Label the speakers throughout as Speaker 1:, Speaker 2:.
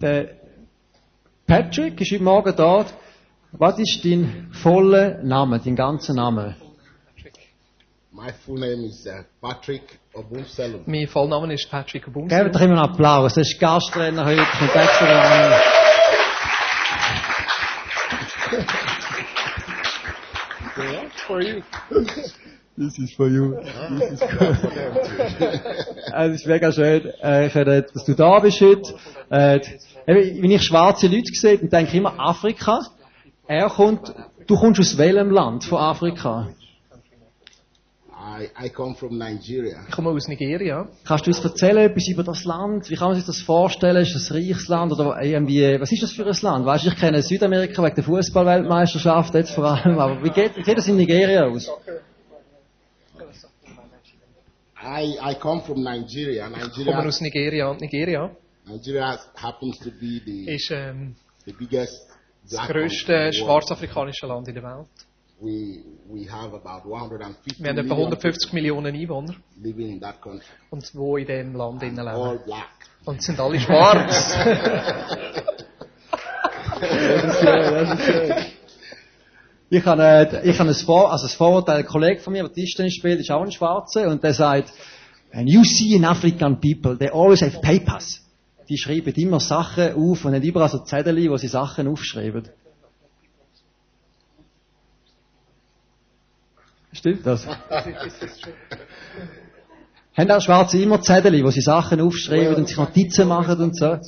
Speaker 1: Der Patrick ist heute Morgen da. Was ist dein voller Name, dein ganzer Name?
Speaker 2: My full name is uh, Patrick Obumselu.
Speaker 3: Mein Vollname ist Patrick Bumser.
Speaker 1: Gebt doch immer einen Applaus. Das ist Gasttrainer heute. Kommt extra dran. This is for you. Also, es ist mega schön, äh, für, den- dass du da bist heute. Äh, eben, wenn ich schwarze Leute sehe, dann denke ich immer Afrika. Er kommt, du kommst aus welchem Land von Afrika?
Speaker 2: I, I come from Nigeria.
Speaker 3: Ich komme aus Nigeria.
Speaker 1: Kannst du uns erzählen, etwas über das Land? Wie kann man sich das vorstellen? Ist das ein reiches Land oder irgendwie, was ist das für ein Land? Weißt du, ich kenne Südamerika wegen der Fußballweltmeisterschaft jetzt vor allem, aber wie geht, wie sieht das in Nigeria aus?
Speaker 2: I, I come from Nigeria.
Speaker 3: Ich komme
Speaker 2: Nigeria,
Speaker 3: aus Nigeria. Und Nigeria
Speaker 2: Nigeria happens to be the,
Speaker 3: ist ähm,
Speaker 2: the biggest
Speaker 3: das
Speaker 2: black country in
Speaker 3: grösste
Speaker 2: the world.
Speaker 3: schwarzafrikanische Land in der Welt.
Speaker 2: We, we have about 150
Speaker 3: Wir haben etwa
Speaker 2: million
Speaker 3: 150 Millionen Einwohner,
Speaker 2: people living in that country.
Speaker 3: und wo in diesem Land drin
Speaker 2: All
Speaker 3: leben.
Speaker 2: black.
Speaker 3: Und sind alle schwarz.
Speaker 1: Ich habe, äh, ich habe ein, Vor also ein Vorurteil, ein Kollege von mir, der Tischtennis spielt, ist auch ein Schwarzer, und der sagt, when you see in African people, they always have papers. Die schreiben immer Sachen auf und haben überall so Zettel, wo sie Sachen aufschreiben. Stimmt das? Haben auch Schwarze immer Zettel, wo sie Sachen aufschreiben und sich Notizen machen und so?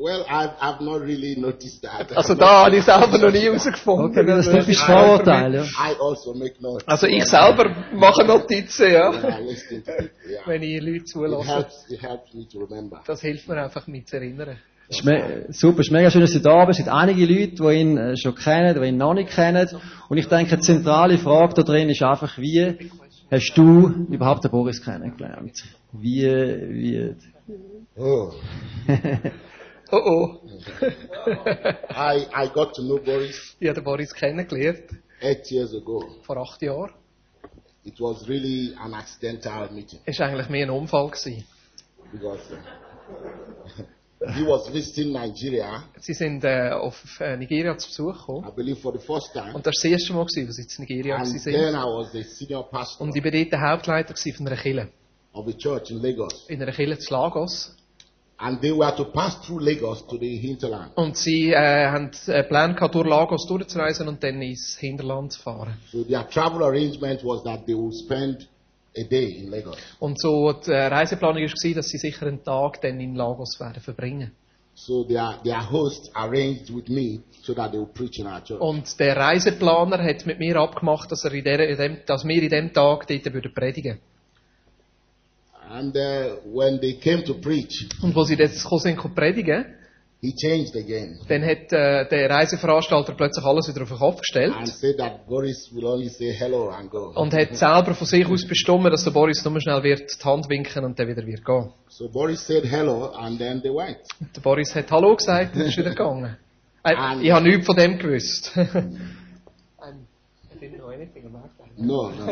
Speaker 2: Well, I've, I've not really noticed that.
Speaker 3: Also da habe ich selber noch nie herausgefunden.
Speaker 1: Okay, das ist
Speaker 3: Also,
Speaker 1: typisch Vorurteil, ja.
Speaker 2: I also make noise.
Speaker 3: Also ich selber mache Notizen,
Speaker 2: when
Speaker 3: ja.
Speaker 2: I listen to people, yeah.
Speaker 3: Wenn ich Leute
Speaker 2: It
Speaker 3: zulasse.
Speaker 2: helps, it helps me to remember.
Speaker 3: Das hilft mir einfach, mich zu erinnern.
Speaker 1: Ist me super, ist mega schön, dass ihr da bist. Es gibt einige Leute, die ihn äh, schon kennen, die ihn noch nicht kennen. Und ich denke, die zentrale Frage da drin ist einfach, wie hast du überhaupt den Boris kennengelernt? Wie, wie,
Speaker 2: Oh.
Speaker 3: Oh oh,
Speaker 2: I, I got to know Boris
Speaker 3: ich habe den Boris kennengelernt,
Speaker 2: eight years ago.
Speaker 3: vor acht Jahren.
Speaker 2: It was really an accidental meeting
Speaker 3: Es war eigentlich mehr ein Unfall. Gewesen.
Speaker 2: because uh, he was visiting Nigeria,
Speaker 3: Sie sind äh, auf äh, Nigeria zu Besuch gekommen.
Speaker 2: I believe, for the first time.
Speaker 3: Und das war das erste Mal, gewesen, dass sie in Nigeria
Speaker 2: And
Speaker 3: waren.
Speaker 2: then I was the senior pastor
Speaker 3: Und ich war dort der Hauptleiter gewesen von einer Kirche.
Speaker 2: of a church in Lagos.
Speaker 3: In einer Kirche zu Lagos.
Speaker 2: And they were to pass through Lagos to the hinterland.
Speaker 3: Und sie äh, haben äh, Pläne gehabt, durch Lagos durchzureisen und dann ins Hinterland zu fahren.
Speaker 2: So their travel arrangement was that they would spend a day in Lagos.
Speaker 3: Und so die äh, Reiseplanung war, dass sie sicher einen Tag dann in Lagos werden verbringen
Speaker 2: So their, their host arranged with me so that they would preach in our church.
Speaker 3: Und der Reiseplaner hat mit mir abgemacht, dass, er in der, in dem, dass wir in dem Tag dort würden predigen
Speaker 2: And uh, when they came to preach,
Speaker 3: Und wo sie jetzt gekommen sind, um zu predigen,
Speaker 2: he changed again
Speaker 3: Dann hat äh, der Reiseveranstalter plötzlich alles wieder auf den Kopf
Speaker 2: and
Speaker 3: gestellt
Speaker 2: said that Boris will only say hello and go.
Speaker 3: und hat selber von sich aus bestimmt, dass der Boris nur schnell wird die Hand winken und dann wieder wird gehen.
Speaker 2: So Boris said hello and then they went.
Speaker 3: Und der Boris hat Hallo gesagt und ist wieder gegangen.
Speaker 2: Ah,
Speaker 3: Äh,
Speaker 2: nee.
Speaker 3: ich habe nichts von dem gewusst.
Speaker 2: No, no.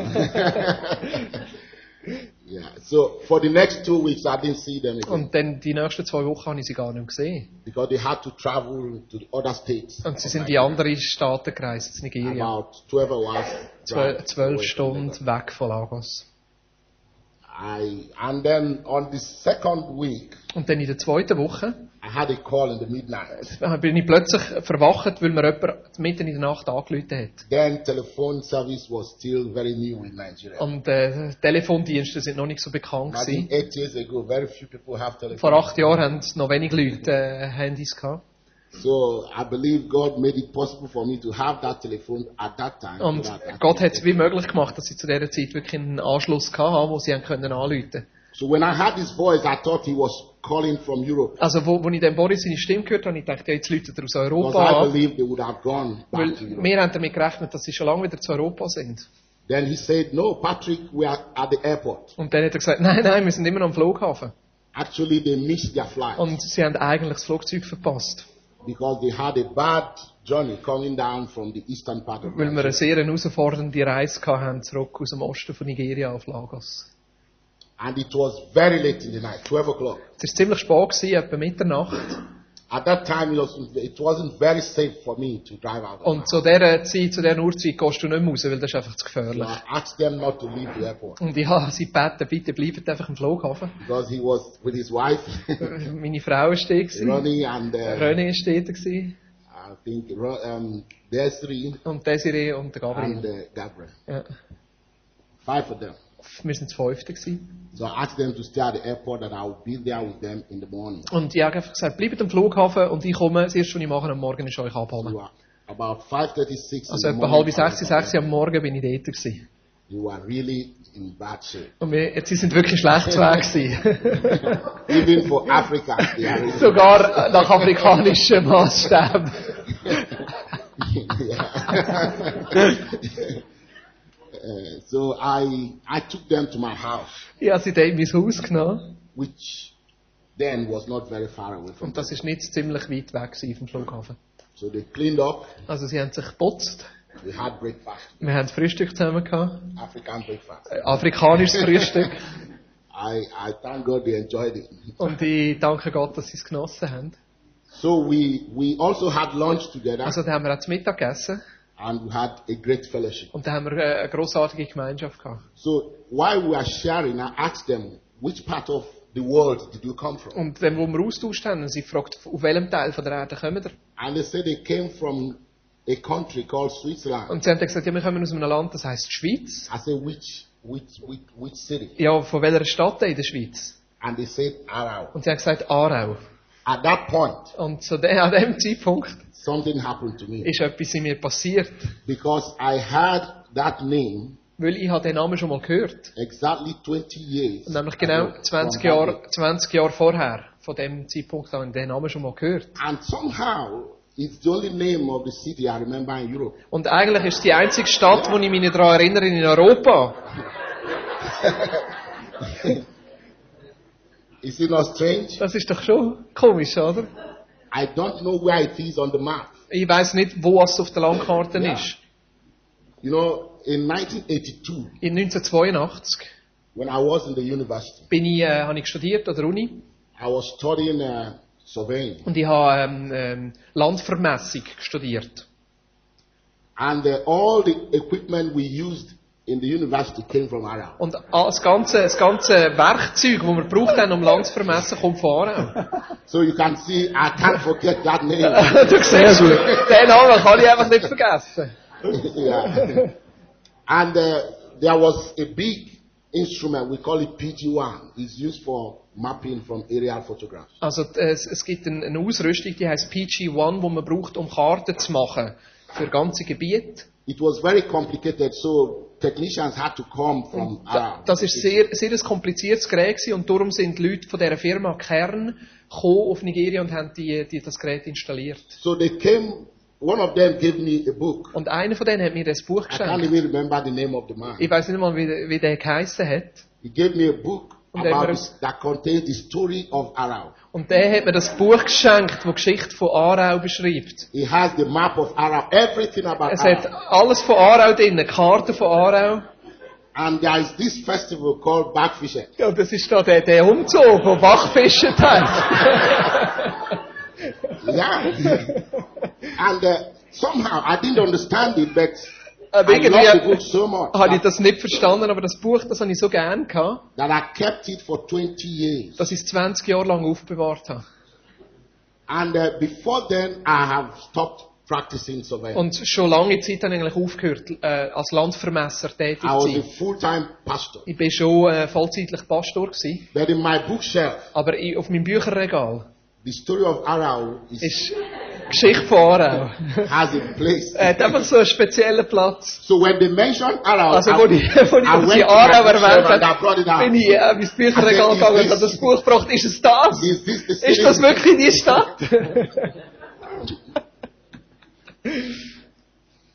Speaker 2: yeah. So for the next two weeks I didn't see them again
Speaker 3: und dann die nächsten zwei Wochen habe ich sie gar nicht mehr gesehen.
Speaker 2: because they had to travel to the other states.
Speaker 3: Und sie sind in andere Staaten gereist, in Nigeria.
Speaker 2: About twelve hours.
Speaker 3: Zwölf,
Speaker 2: drive away
Speaker 3: zwölf
Speaker 2: from
Speaker 3: Stunden
Speaker 2: Lagos.
Speaker 3: weg von Lagos.
Speaker 2: I and then on the second week
Speaker 3: Und dann in der zweiten Woche
Speaker 2: I had a call in the midnight.
Speaker 3: äh, bin ich plötzlich verwacht, weil mir jemand mitten in der Nacht angerufen hat.
Speaker 2: Then telephone service was still very new in Nigeria.
Speaker 3: Und äh, Telefondienste sind noch nicht so bekannt
Speaker 2: Imagine
Speaker 3: gewesen.
Speaker 2: eight years ago, very few people have telephone.
Speaker 3: Vor acht Jahren haben noch wenig Leute äh, Handys gehabt.
Speaker 2: So I believe God made it possible for me to have that telephone at that time. so
Speaker 3: Und
Speaker 2: that I
Speaker 3: Gott
Speaker 2: could
Speaker 3: hat es
Speaker 2: get-
Speaker 3: wie möglich gemacht, dass sie zu dieser Zeit wirklich einen Anschluss gehabt haben, wo sie haben können anrufen können.
Speaker 2: So when I heard his voice, I thought he was calling from Europe
Speaker 3: Also, wo, wo ich den Boris seine Stimme gehört habe, ich dachte, ja, jetzt Leute aus
Speaker 2: because I
Speaker 3: Europa an.
Speaker 2: believe they would have gone back
Speaker 3: Weil
Speaker 2: to Europe.
Speaker 3: wir haben damit gerechnet, dass sie schon lange wieder zu Europa sind.
Speaker 2: Then he said, "No, Patrick, we are at the airport.
Speaker 3: Und dann hat er gesagt, nein, nein, wir sind immer noch am Flughafen.
Speaker 2: Actually, they missed their flight
Speaker 3: Und sie haben eigentlich das Flugzeug verpasst.
Speaker 2: because they had a bad journey coming down from the eastern part of
Speaker 3: Weil wir
Speaker 2: Nigeria.
Speaker 3: eine sehr herausfordernde Reise gehabt haben, zurück aus dem Osten von Nigeria auf Lagos.
Speaker 2: And it was very late in the night, 12 o'clock.
Speaker 3: Es war ziemlich spät, gewesen, etwa Mitternacht.
Speaker 2: At that time, it, was, it wasn't very safe for me to drive out. of
Speaker 3: Und zu dieser Zeit, zu dieser Uhrzeit gehst du nicht mehr raus, weil das ist einfach zu
Speaker 2: the
Speaker 3: gefährlich.
Speaker 2: house. I asked them not to leave the airport
Speaker 3: Und ich habe sie gebeten, bitte bleibt einfach im Flughafen.
Speaker 2: because he was with his wife,
Speaker 3: Meine Frau war da,
Speaker 2: Ronnie, and uh,
Speaker 3: René war dort
Speaker 2: I
Speaker 3: gewesen
Speaker 2: think Ro- um, Desiree
Speaker 3: und Desiree und der
Speaker 2: and
Speaker 3: Gabriel.
Speaker 2: uh, Gabriel.
Speaker 3: Ja.
Speaker 2: Five of them.
Speaker 3: Wir waren zu fünfte. gewesen.
Speaker 2: So I asked them to stay at the airport and I would be there with them in the morning.
Speaker 3: Und ich habe einfach gesagt, bleibt am Flughafen und ich komme, das erste, was ich mache am Morgen, ist euch abholen.
Speaker 2: You are about 5.36
Speaker 3: Also
Speaker 2: in the
Speaker 3: etwa
Speaker 2: morning.
Speaker 3: halb sechs,
Speaker 2: I was
Speaker 3: sechs
Speaker 2: there.
Speaker 3: am Morgen bin ich dort. Gewesen.
Speaker 2: You are really in bad shape.
Speaker 3: Und wir, jetzt, sie sind wirklich schlecht zu Weg gewesen.
Speaker 2: Even for Africa, they are really-
Speaker 3: Sogar nach afrikanischen Maßstäben.
Speaker 2: Uh, so I, I took them to my house,
Speaker 3: Ich habe sie dort in mein Haus genommen.
Speaker 2: which then was not very far away from them.
Speaker 3: Und das ist nicht ziemlich weit weg gewesen vom Flughafen.
Speaker 2: So they cleaned up.
Speaker 3: Also sie haben sich geputzt.
Speaker 2: We had breakfast,
Speaker 3: Wir haben Frühstück zusammen gehabt.
Speaker 2: African breakfast.
Speaker 3: Äh, Afrikanisches Frühstück.
Speaker 2: I, I thank God they enjoyed it.
Speaker 3: Und ich danke Gott, dass sie es genossen haben.
Speaker 2: So we, we also had lunch together
Speaker 3: Also da haben wir auch zu Mittag gegessen.
Speaker 2: and we had a great fellowship.
Speaker 3: Und da haben wir äh, eine grossartige Gemeinschaft gehabt.
Speaker 2: So while we were sharing, I asked them, which part of the world did you come from?
Speaker 3: Und dann, wo wir austauscht haben, haben sie gefragt, auf welchem Teil von der Erde kommen wir?
Speaker 2: And they said they came from a country called Switzerland.
Speaker 3: Und sie haben dann gesagt, ja, wir kommen aus einem Land, das heisst Schweiz.
Speaker 2: I said, which, which, which, which city?
Speaker 3: Ja, von welcher Stadt denn in der Schweiz?
Speaker 2: And they said Arau.
Speaker 3: Und sie haben gesagt, Aarau.
Speaker 2: At that point,
Speaker 3: Und zu de an dem Zeitpunkt
Speaker 2: something happened to me
Speaker 3: ist etwas in mir passiert.
Speaker 2: because I had that name
Speaker 3: Weil ich habe den Namen schon mal gehört.
Speaker 2: exactly 20 years.
Speaker 3: Nämlich genau
Speaker 2: ago
Speaker 3: 20
Speaker 2: from that
Speaker 3: Jahre, 20 Jahre vorher. Von dem Zeitpunkt an habe ich den Namen schon mal gehört.
Speaker 2: day. And somehow, it's the only name of the city I remember in Europe.
Speaker 3: Und eigentlich ist es die einzige Stadt, wo ich mich daran erinnere, in Europa.
Speaker 2: Is it not strange?
Speaker 3: Das ist doch schon komisch, oder?
Speaker 2: I don't know where it is on the map.
Speaker 3: Ich weiß nicht, wo es auf der Landkarte
Speaker 2: Ja.
Speaker 3: ist.
Speaker 2: You know, in 1982,
Speaker 3: In 1982
Speaker 2: when I was in the university,
Speaker 3: bin ich, äh, habe ich studiert an der Uni
Speaker 2: I was studying uh, surveying.
Speaker 3: und ich habe ähm, ähm, Landvermessung studiert.
Speaker 2: And uh, all the equipment we used in the university came from Arab.
Speaker 3: Und ah, das ganze, das ganze Werkzeug, das wir gebraucht haben, um Land zu vermessen, kommt von Aarau.
Speaker 2: So you can see, I can't forget that name.
Speaker 3: du siehst, den Namen kann ich einfach nicht vergessen.
Speaker 2: Yeah. And uh, there was a big instrument, we call it PG1. It's used for mapping from aerial photographs.
Speaker 3: Also d- es, es gibt ein- eine Ausrüstung, die heißt PG-1, die man braucht, um Karten zu machen für ganze Gebiete.
Speaker 2: It was very complicated, so technicians had to come from
Speaker 3: Da,
Speaker 2: Arab.
Speaker 3: das ist sehr, sehr ein kompliziertes Gerät gewesen und darum sind die Leute von dieser Firma Kern gekommen auf Nigeria und haben die, die das Gerät installiert.
Speaker 2: So they came, one of them gave me a book.
Speaker 3: Und einer von denen hat mir das Buch
Speaker 2: I can't
Speaker 3: geschenkt.
Speaker 2: even remember the name of the man.
Speaker 3: Ich weiß nicht mal, wie, der- wie der geheissen hat.
Speaker 2: He gave me a book
Speaker 3: Und der
Speaker 2: about
Speaker 3: Emre-
Speaker 2: this, that contains the story of Arab.
Speaker 3: Und der hat mir das Buch geschenkt, das die Geschichte von Aarau beschreibt.
Speaker 2: He has the map of Arab, everything about
Speaker 3: Es hat
Speaker 2: Arab.
Speaker 3: alles von Aarau drin, Karten von Aarau.
Speaker 2: And there is this festival called Backfisher.
Speaker 3: Ja, das ist da der, der Umzug, der Wachfischen hat.
Speaker 2: Yeah. and uh, somehow I didn't understand it, but
Speaker 3: Aber
Speaker 2: I loved the
Speaker 3: irgendwie
Speaker 2: book so much
Speaker 3: habe ich
Speaker 2: that,
Speaker 3: das nicht verstanden, aber das Buch, das habe ich so gern gehabt,
Speaker 2: that I kept it for 20 years.
Speaker 3: dass ich es 20 Jahre lang aufbewahrt habe.
Speaker 2: And uh, before then, I have stopped practicing surveying.
Speaker 3: Und schon lange Zeit habe ich eigentlich aufgehört, äh, als Landvermesser tätig
Speaker 2: I
Speaker 3: zu
Speaker 2: was
Speaker 3: sein.
Speaker 2: a full-time pastor.
Speaker 3: Ich war schon äh, vollzeitlich Pastor, gewesen,
Speaker 2: But in my bookshelf,
Speaker 3: aber ich, auf meinem Bücherregal
Speaker 2: the story of Arau is,
Speaker 3: ist Geschichte von Aarau.
Speaker 2: has a place.
Speaker 3: Er hat einfach so einen speziellen Platz.
Speaker 2: so when they mention Arau,
Speaker 3: Also,
Speaker 2: I-
Speaker 3: wo ich, wo
Speaker 2: I
Speaker 3: ich
Speaker 2: went to
Speaker 3: die
Speaker 2: my
Speaker 3: Aarau
Speaker 2: bookshelf
Speaker 3: erwähnt
Speaker 2: and I brought it out.
Speaker 3: habe, bin ich äh, mein Bücherregal
Speaker 2: Also,
Speaker 3: gegangen
Speaker 2: ist
Speaker 3: und habe
Speaker 2: das-
Speaker 3: das Buch gebracht. Ist es das?
Speaker 2: Is this the city?
Speaker 3: Ist das wirklich die Stadt?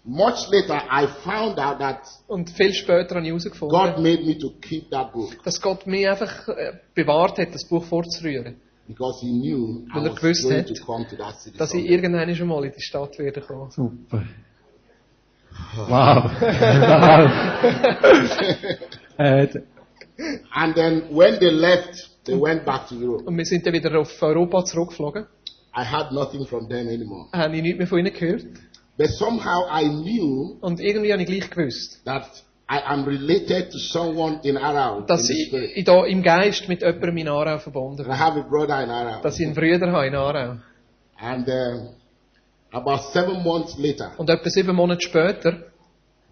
Speaker 2: Much later, I found out that
Speaker 3: Und viel später habe ich herausgefunden,
Speaker 2: God made me to keep that book
Speaker 3: dass Gott mich einfach äh, bewahrt hat, das Buch vorzurühren.
Speaker 2: because He knew I
Speaker 3: Weil er
Speaker 2: was
Speaker 3: gewusst
Speaker 2: going
Speaker 3: hat,
Speaker 2: to come to that city.
Speaker 3: Dass ich
Speaker 2: someday.
Speaker 3: irgendwann schon mal in die Stadt werde kommen.
Speaker 1: Super. Wow. wow. äh, d-
Speaker 2: And then when they left, they went back to Europe.
Speaker 3: Und wir sind dann wieder auf Europa zurückgeflogen.
Speaker 2: I had nothing from them anymore.
Speaker 3: Habe ich nichts mehr von ihnen gehört.
Speaker 2: But somehow I knew
Speaker 3: Und irgendwie habe ich gleich gewusst,
Speaker 2: that I am related to someone in Arau.
Speaker 3: dass
Speaker 2: in the
Speaker 3: ich,
Speaker 2: spirit.
Speaker 3: ich da im Geist mit jemandem in Aarau verbunden
Speaker 2: And
Speaker 3: bin.
Speaker 2: I have a brother in Arau.
Speaker 3: Dass ich einen Bruder habe in Aarau.
Speaker 2: And um, about seven months later,
Speaker 3: Und etwa sieben Monate später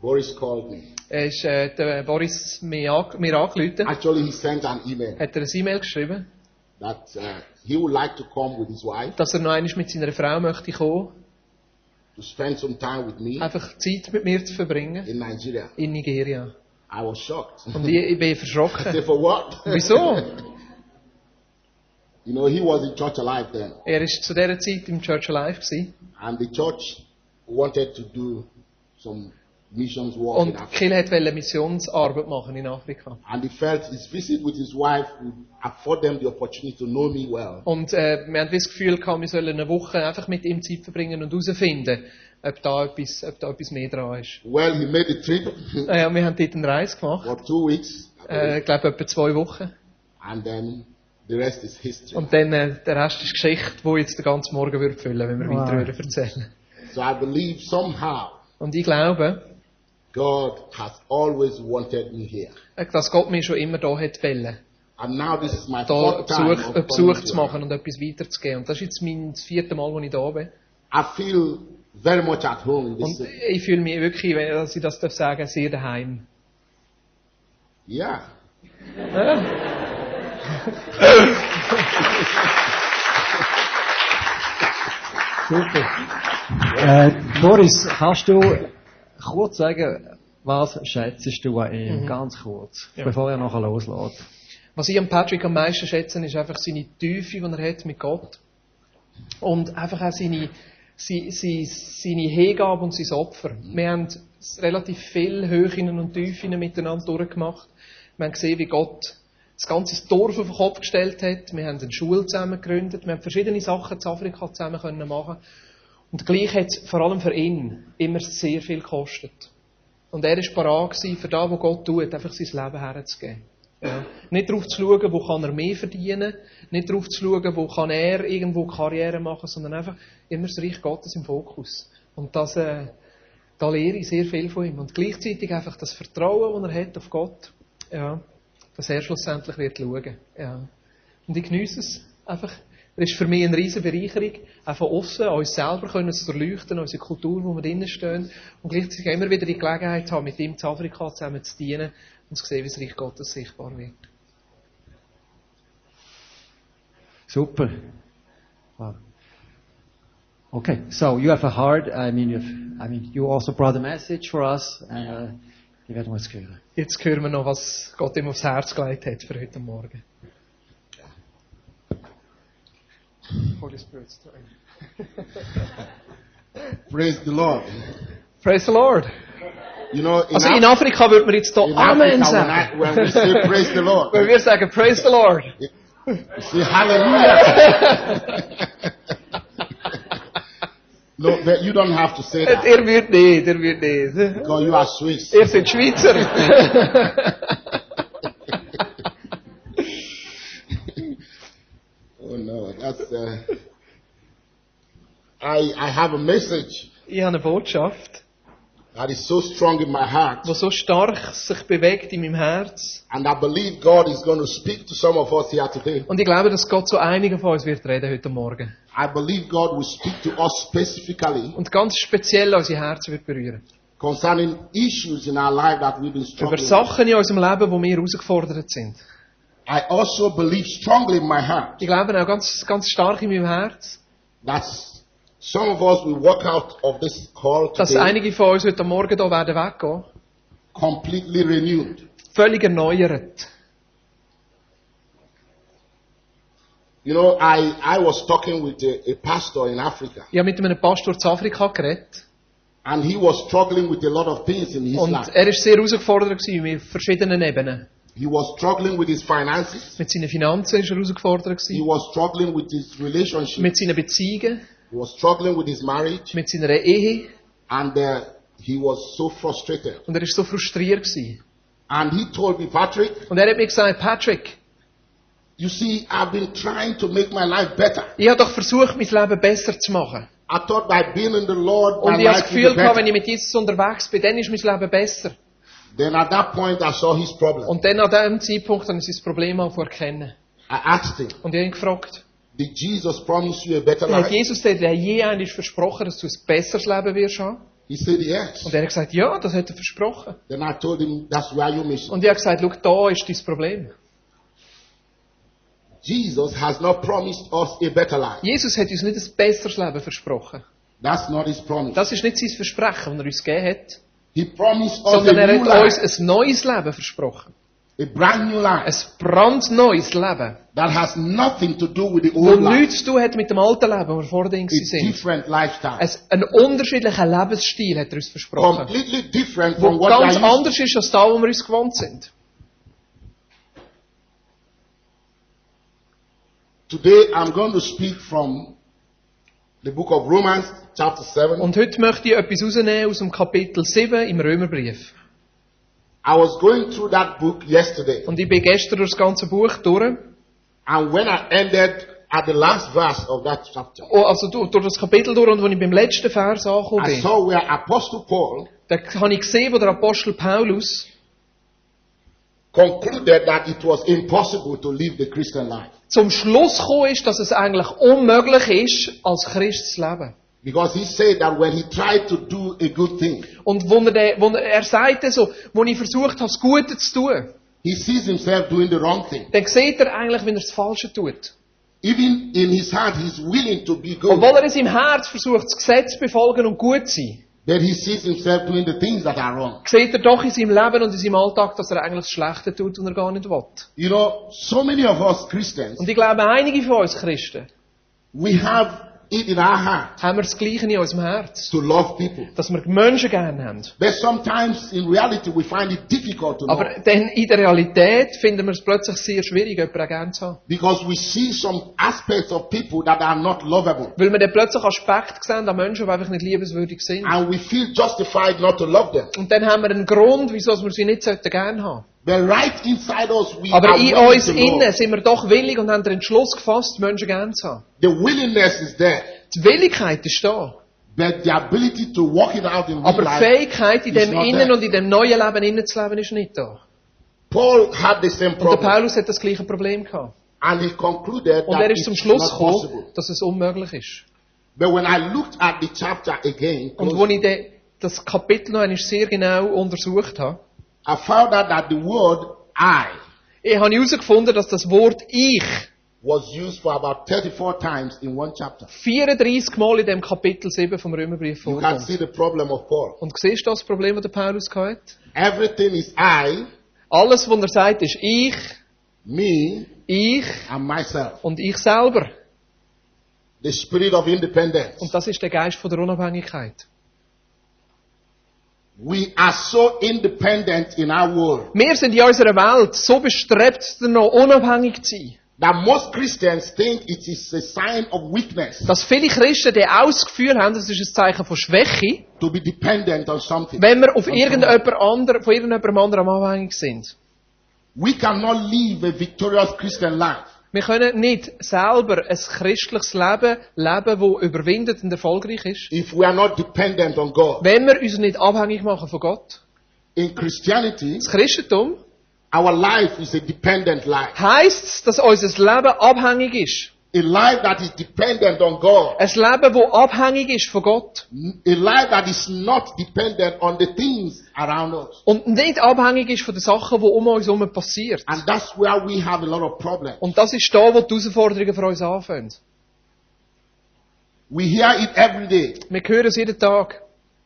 Speaker 2: Boris called me.
Speaker 3: äh, ist äh, der Boris mir, an, mir angerufen, hat
Speaker 2: Actually, he sent an email
Speaker 3: er ein E-Mail geschrieben,
Speaker 2: that uh, he would like to come with his wife
Speaker 3: dass er noch einmal mit seiner Frau möchte kommen,
Speaker 2: to spend some time with me
Speaker 3: einfach Zeit mit mir zu verbringen
Speaker 2: in Nigeria.
Speaker 3: in Nigeria.
Speaker 2: I was shocked.
Speaker 3: Und ich, ich bin
Speaker 2: I
Speaker 3: verschrocken.
Speaker 2: said, for what?
Speaker 3: Wieso?
Speaker 2: You know, he was in church alive then,
Speaker 3: Er war zu dieser Zeit im Church Alive. Gewesen.
Speaker 2: and the church wanted to do some missions work
Speaker 3: Und
Speaker 2: in Africa.
Speaker 3: Kiel wollte Missionsarbeit machen in Afrika.
Speaker 2: And he felt his visit with his wife would afford them the opportunity to know me well.
Speaker 3: Und äh, wir hatten das Gefühl, gehabt, wir sollen eine Woche einfach mit ihm Zeit verbringen und herausfinden, ob da etwas, ob da etwas mehr dran ist.
Speaker 2: Well, he made the trip
Speaker 3: Äh, und wir haben dort eine Reise gemacht,
Speaker 2: for two weeks, I believe,
Speaker 3: äh, ich glaube etwa zwei Wochen.
Speaker 2: and then the rest is history.
Speaker 3: Und dann äh, der Rest ist Geschichte, die jetzt den ganzen Morgen würde füllen, wenn wir
Speaker 1: Wow.
Speaker 3: weiter würden erzählen.
Speaker 2: So I believe somehow
Speaker 3: Und ich glaube,
Speaker 2: God has always wanted me here.
Speaker 3: äh, dass Gott mir schon immer da hat wollen,
Speaker 2: And now this is my
Speaker 3: da
Speaker 2: fourth time
Speaker 3: Besuch,
Speaker 2: of coming
Speaker 3: einen Besuch
Speaker 2: to
Speaker 3: zu machen und etwas weiterzugeben. Und das ist jetzt mein viertes Mal, wo ich da bin.
Speaker 2: I feel very much at home in this
Speaker 3: Und
Speaker 2: city.
Speaker 3: ich fühle mich wirklich, wenn dass ich das darf sagen, sehr daheim.
Speaker 2: Yeah.
Speaker 1: Super. Äh, Boris, kannst du kurz sagen, was schätzt du an ihm? Ganz kurz,
Speaker 3: Ja.
Speaker 1: bevor er nachher loslässt.
Speaker 3: Was ich an Patrick am meisten schätze, ist einfach seine Tiefe, die er hat mit Gott. Und einfach auch seine, seine, seine, seine Hingabe und sein Opfer. Wir haben relativ viel Höhen und Tiefen miteinander durchgemacht. Wir haben gesehen, wie Gott das ganze Dorf auf den Kopf gestellt hat. Wir haben eine Schule zusammen gegründet. Wir haben verschiedene Sachen zu Afrika zusammen können machen Und gleich hat es vor allem für ihn immer sehr viel gekostet. Und er war bereit, gewesen, für das, was Gott tut, einfach sein Leben herzugeben. Ja. Nicht darauf zu schauen, wo kann er mehr verdienen, nicht darauf zu schauen, wo kann er irgendwo Karriere machen, sondern einfach immer das Reich Gottes im Fokus. Und das, äh, da lehre ich sehr viel von ihm. Und gleichzeitig einfach das Vertrauen, das er hat auf Gott, ja, dass er schlussendlich wird schauen. Ja. Und ich geniesse es einfach. Es ist für mich eine riesige Bereicherung, auch von außen, uns selber können zu erleuchten, unsere Kultur, wo wir drinnen stehen. Und gleichzeitig immer wieder die Gelegenheit zu haben, mit ihm zu Afrika zusammen zu dienen und zu sehen, wie das Reich Gottes sichtbar wird.
Speaker 1: Super. Wow. Okay, so you have a heart. I mean, you've, I mean, you also brought a message for us. And, uh, die werden wir jetzt hören.
Speaker 3: Jetzt hören wir noch, was Gott ihm aufs Herz gelegt hat für heute Morgen. Holy Spirit,
Speaker 2: Praise the Lord.
Speaker 3: Praise the Lord.
Speaker 2: You know, in,
Speaker 3: Also
Speaker 2: Af-
Speaker 3: in Afrika würde man jetzt hier
Speaker 2: in Africa, when,
Speaker 3: Amen
Speaker 2: I,
Speaker 3: sagen.
Speaker 2: when we say praise the Lord,
Speaker 3: Weil wir sagen Praise the Lord.
Speaker 2: we say hallelujah. no, but you don't have to say
Speaker 3: Ihr
Speaker 2: that
Speaker 3: ihr würdet nicht, ihr würdet nicht.
Speaker 2: because you are Swiss.
Speaker 3: Ihr seid Schweizer.
Speaker 2: Oh no, that's. Uh, I I have a message
Speaker 3: Ich habe eine Botschaft,
Speaker 2: that is so strong in my heart,
Speaker 3: die so stark sich bewegt in meinem Herz.
Speaker 2: and I believe God is going to speak to some of us here today.
Speaker 3: Und ich glaube, dass Gott zu einigen von uns wird reden heute Morgen.
Speaker 2: I believe God will speak to us specifically
Speaker 3: Und ganz speziell unser Herz wird berühren.
Speaker 2: concerning issues in our life that we've been
Speaker 3: Über
Speaker 2: struggling. with.
Speaker 3: Sachen in unserem Leben, wo wir herausgefordert sind.
Speaker 2: I also believe strongly in my heart
Speaker 3: Ich glaube auch ganz, ganz stark in meinem Herz,
Speaker 2: that some of us will walk out of this hall
Speaker 3: dass
Speaker 2: today
Speaker 3: einige von uns heute Morgen hier werden weggehen.
Speaker 2: completely renewed.
Speaker 3: Völlig erneuert.
Speaker 2: You know, I I was talking with a, a pastor in Africa,
Speaker 3: Ich habe mit einem Pastor zu Afrika geredet.
Speaker 2: and he was struggling with a lot of things in his
Speaker 3: Und
Speaker 2: life.
Speaker 3: er war sehr herausgefordert gewesen, mit verschiedenen Ebenen.
Speaker 2: He was struggling with his finances.
Speaker 3: Mit seinen Finanzen war er herausgefordert.
Speaker 2: He
Speaker 3: gewesen,
Speaker 2: was struggling with his relationship.
Speaker 3: Mit seinen Beziehungen.
Speaker 2: He was struggling with his marriage.
Speaker 3: Mit seiner Ehe.
Speaker 2: And uh, he was so frustrated.
Speaker 3: Und er war so frustriert. Gewesen.
Speaker 2: And he told me, Patrick,
Speaker 3: Und er hat mir gesagt, Patrick,
Speaker 2: you see, I've been trying to make my life better.
Speaker 3: ich habe doch versucht, mein Leben besser zu machen.
Speaker 2: I thought by being in the Lord,
Speaker 3: Und
Speaker 2: my
Speaker 3: ich habe
Speaker 2: life
Speaker 3: das
Speaker 2: will
Speaker 3: Gefühl
Speaker 2: be
Speaker 3: gehabt, wenn ich
Speaker 2: better.
Speaker 3: mit Jesus unterwegs bin, dann ist mein Leben besser.
Speaker 2: Then at that point, I saw his problem.
Speaker 3: Und dann an diesem Zeitpunkt habe ich sein Problem auch erkennen.
Speaker 2: I asked him,
Speaker 3: Und ich habe ihn gefragt,
Speaker 2: did Jesus promise you a better
Speaker 3: hat
Speaker 2: life?
Speaker 3: Jesus dir denn je einmal versprochen, dass du ein besseres Leben wirst haben?
Speaker 2: He said, yes.
Speaker 3: Und er hat gesagt, ja, das hat er versprochen.
Speaker 2: Then I told him, that's where you miss it.
Speaker 3: Und ich habe gesagt, schau, da ist dein Problem.
Speaker 2: Jesus has not promised us a better life.
Speaker 3: Jesus hat uns nicht ein besseres Leben versprochen.
Speaker 2: That's not his promise.
Speaker 3: Das ist nicht sein Versprechen, das er uns gegeben hat,
Speaker 2: He promised us a
Speaker 3: sondern er
Speaker 2: new
Speaker 3: hat uns
Speaker 2: life,
Speaker 3: ein neues Leben versprochen.
Speaker 2: a brand new life
Speaker 3: Ein brandneues Leben,
Speaker 2: that has nothing to do with the
Speaker 3: das
Speaker 2: old life,
Speaker 3: nichts zu tun hat mit dem alten Leben, wo wir vorher drin
Speaker 2: a
Speaker 3: waren.
Speaker 2: different lifestyle,
Speaker 3: Ein, einen unterschiedlichen Lebensstil hat er uns versprochen.
Speaker 2: completely different
Speaker 3: Der
Speaker 2: from what
Speaker 3: ganz
Speaker 2: I used.
Speaker 3: anders ist als da, wo wir uns gewohnt sind.
Speaker 2: Today I'm going to speak from the book of Romans, chapter seven.
Speaker 3: Und heute möchte ich etwas rausnehmen aus dem Kapitel 7 im Römerbrief.
Speaker 2: I was going through that book yesterday,
Speaker 3: Und ich bin gestern durch das ganze Buch durch.
Speaker 2: and when I ended at the last verse of that chapter,
Speaker 3: Oh, Also du- durch das Kapitel durch und als ich beim letzten Vers angekommen
Speaker 2: I
Speaker 3: bin,
Speaker 2: saw where Apostle Paul
Speaker 3: da habe ich gesehen, wo der Apostel Paulus
Speaker 2: concluded that it was impossible to live the Christian life
Speaker 3: zum Schluss gekommen ist, dass es eigentlich unmöglich ist, als Christ zu leben.
Speaker 2: because he said that when he tried to do a good thing,
Speaker 3: Und wo er, den- wo er, er sagte so, wo ich versucht habe, das Gute zu tun,
Speaker 2: he sees himself doing the wrong thing.
Speaker 3: dann sieht er eigentlich, wenn er das Falsche tut.
Speaker 2: Even in his heart, he's willing to be good,
Speaker 3: Obwohl er in seinem Herz versucht, das Gesetz zu befolgen und gut zu sein,
Speaker 2: but he sees himself doing the things that are wrong.
Speaker 3: sieht er doch in seinem Leben und in seinem Alltag, dass er eigentlich das Schlechte tut und er gar nicht will.
Speaker 2: You know, so many of us Christians,
Speaker 3: Und ich glaube, einige von uns Christen
Speaker 2: we have it in our heart
Speaker 3: haben wir das Gleiche in unserem Herz.
Speaker 2: to love people.
Speaker 3: Dass wir die Menschen gerne haben.
Speaker 2: But sometimes in reality, we find it difficult to love
Speaker 3: Aber dann in der Realität finden wir es plötzlich sehr schwierig, jemanden gerne zu haben.
Speaker 2: because we see some aspects of people that are not lovable.
Speaker 3: Weil wir dann plötzlich Aspekte sehen an Menschen, die einfach nicht liebenswürdig sind.
Speaker 2: And we feel justified not to love them.
Speaker 3: Und dann haben wir einen Grund, wieso wir sie nicht gerne haben sollten.
Speaker 2: But right inside us, we
Speaker 3: Aber
Speaker 2: are
Speaker 3: E in
Speaker 2: willing
Speaker 3: uns
Speaker 2: to
Speaker 3: innen
Speaker 2: love.
Speaker 3: sind wir doch willig und haben den Entschluss gefasst, die Menschen gerne zu haben.
Speaker 2: The willingness is there,
Speaker 3: Die Willigkeit ist da.
Speaker 2: but the ability to work it out in real
Speaker 3: Aber die
Speaker 2: life
Speaker 3: Fähigkeit, in
Speaker 2: is
Speaker 3: dem
Speaker 2: not
Speaker 3: Innen
Speaker 2: there.
Speaker 3: und in dem neuen Leben innen zu leben, ist nicht da.
Speaker 2: Paul had the same
Speaker 3: Und der
Speaker 2: problem,
Speaker 3: Paulus hat das gleiche Problem gehabt.
Speaker 2: and he concluded
Speaker 3: Und
Speaker 2: that
Speaker 3: er ist
Speaker 2: it's
Speaker 3: zum Schluss
Speaker 2: not possible.
Speaker 3: gekommen, dass es unmöglich ist.
Speaker 2: But when I looked at the chapter again,
Speaker 3: Und wo ich dann das Kapitel noch einmal sehr genau untersucht habe,
Speaker 2: I found out that the word "I"
Speaker 3: ich eh, habe herausgefunden, dass das Wort Ich
Speaker 2: was used for about 34 times in one chapter.
Speaker 3: 34 Mal in dem Kapitel 7 vom Römerbrief
Speaker 2: You can see
Speaker 3: vorkommt.
Speaker 2: the problem of Paul.
Speaker 3: Und siehst du das Problem, das der Paulus gehabt hat?
Speaker 2: Everything is "I,"
Speaker 3: Alles, was er sagt, ist ich,
Speaker 2: me,
Speaker 3: ich
Speaker 2: and myself.
Speaker 3: und ich selber.
Speaker 2: The spirit of independence.
Speaker 3: Und das ist der Geist von der Unabhängigkeit.
Speaker 2: We are so independent in our world
Speaker 3: Wir sind in unserer Welt so bestrebt danach, unabhängig zu sein,
Speaker 2: that most Christians think it is a sign of weakness
Speaker 3: dass viele Christen die auch das Gefühl haben, das ist ein Zeichen von Schwäche,
Speaker 2: to be dependent on something.
Speaker 3: wenn wir auf irgendjemand anderen, von irgendjemandem anderen abhängig sind.
Speaker 2: We cannot live a victorious Christian life
Speaker 3: Wir können nicht selber ein christliches Leben leben, das überwindet und erfolgreich ist,
Speaker 2: if we are not dependent on God.
Speaker 3: wenn wir uns nicht abhängig machen von Gott.
Speaker 2: In Christianity,
Speaker 3: Das Christentum
Speaker 2: our life is a dependent life.
Speaker 3: heisst, dass unser Leben abhängig ist.
Speaker 2: A life that is dependent on God.
Speaker 3: Ein Leben, das abhängig ist von Gott.
Speaker 2: A life that is not dependent on the things around us.
Speaker 3: Und nicht abhängig ist von den Sachen, die um uns herum passiert.
Speaker 2: And that's where we have a lot of problems.
Speaker 3: Und das ist da, wo die Herausforderungen für uns anfangen.
Speaker 2: We hear it every day
Speaker 3: Wir hören es jeden Tag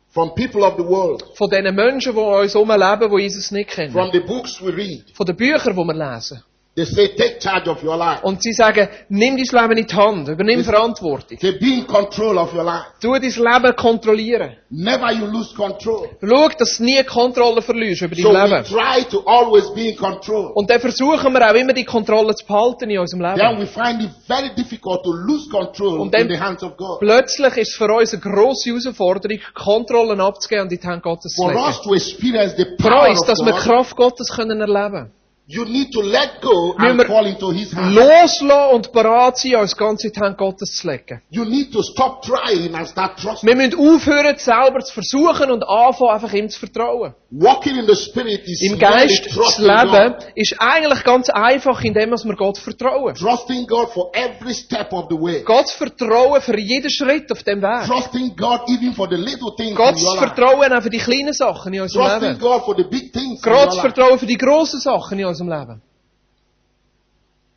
Speaker 2: from people of the world,
Speaker 3: von diesen Menschen, die um uns herum leben, die Jesus nicht kennen.
Speaker 2: from the books we read,
Speaker 3: Von den Büchern, die wir lesen.
Speaker 2: They say, take charge of your life.
Speaker 3: Und sie sagen, nimm dein Leben in die Hand, übernimm Verantwortung.
Speaker 2: They be in control of your life.
Speaker 3: Tu dein Leben kontrollieren.
Speaker 2: Never you lose control.
Speaker 3: Schau, dass du nie die Kontrolle verlierst über dein
Speaker 2: So we
Speaker 3: Leben.
Speaker 2: try to always be in control.
Speaker 3: Und dann versuchen wir auch immer die Kontrolle zu behalten in unserem
Speaker 2: Then
Speaker 3: Leben.
Speaker 2: we find it very difficult to lose control
Speaker 3: Und dann-
Speaker 2: in the hands of God.
Speaker 3: Plötzlich ist es für uns eine grosse Herausforderung, Kontrollen abzugeben und in die Hand Gottes zu
Speaker 2: For us
Speaker 3: legen.
Speaker 2: to experience the
Speaker 3: Für
Speaker 2: power
Speaker 3: uns,
Speaker 2: of
Speaker 3: dass wir die
Speaker 2: God,
Speaker 3: Kraft Gottes können erleben
Speaker 2: you need to let go
Speaker 3: Müssen
Speaker 2: and
Speaker 3: wir
Speaker 2: fall into His
Speaker 3: können.
Speaker 2: hands.
Speaker 3: Loslassen und bereit sein, uns ganz in die Hand Gottes zu legen.
Speaker 2: You need to stop trying and start trusting.
Speaker 3: Wir müssen aufhören, selber zu versuchen und anfangen, einfach ihm zu vertrauen.
Speaker 2: Walking in the Spirit is
Speaker 3: Im
Speaker 2: merely
Speaker 3: Geist zu
Speaker 2: trusting God.
Speaker 3: leben ist eigentlich ganz einfach, indem wir Gott vertrauen.
Speaker 2: Trusting God for every step of the way.
Speaker 3: Gott vertrauen für jeden Schritt auf dem Weg.
Speaker 2: Trusting God even for the little things in
Speaker 3: Gottes
Speaker 2: your life.
Speaker 3: Vertrauen auch für die kleinen Sachen in unserem
Speaker 2: Trusting
Speaker 3: Leben.
Speaker 2: God for the big things in your
Speaker 3: Gottes
Speaker 2: life.
Speaker 3: Vertrauen für die grossen Sachen in unserem Leben.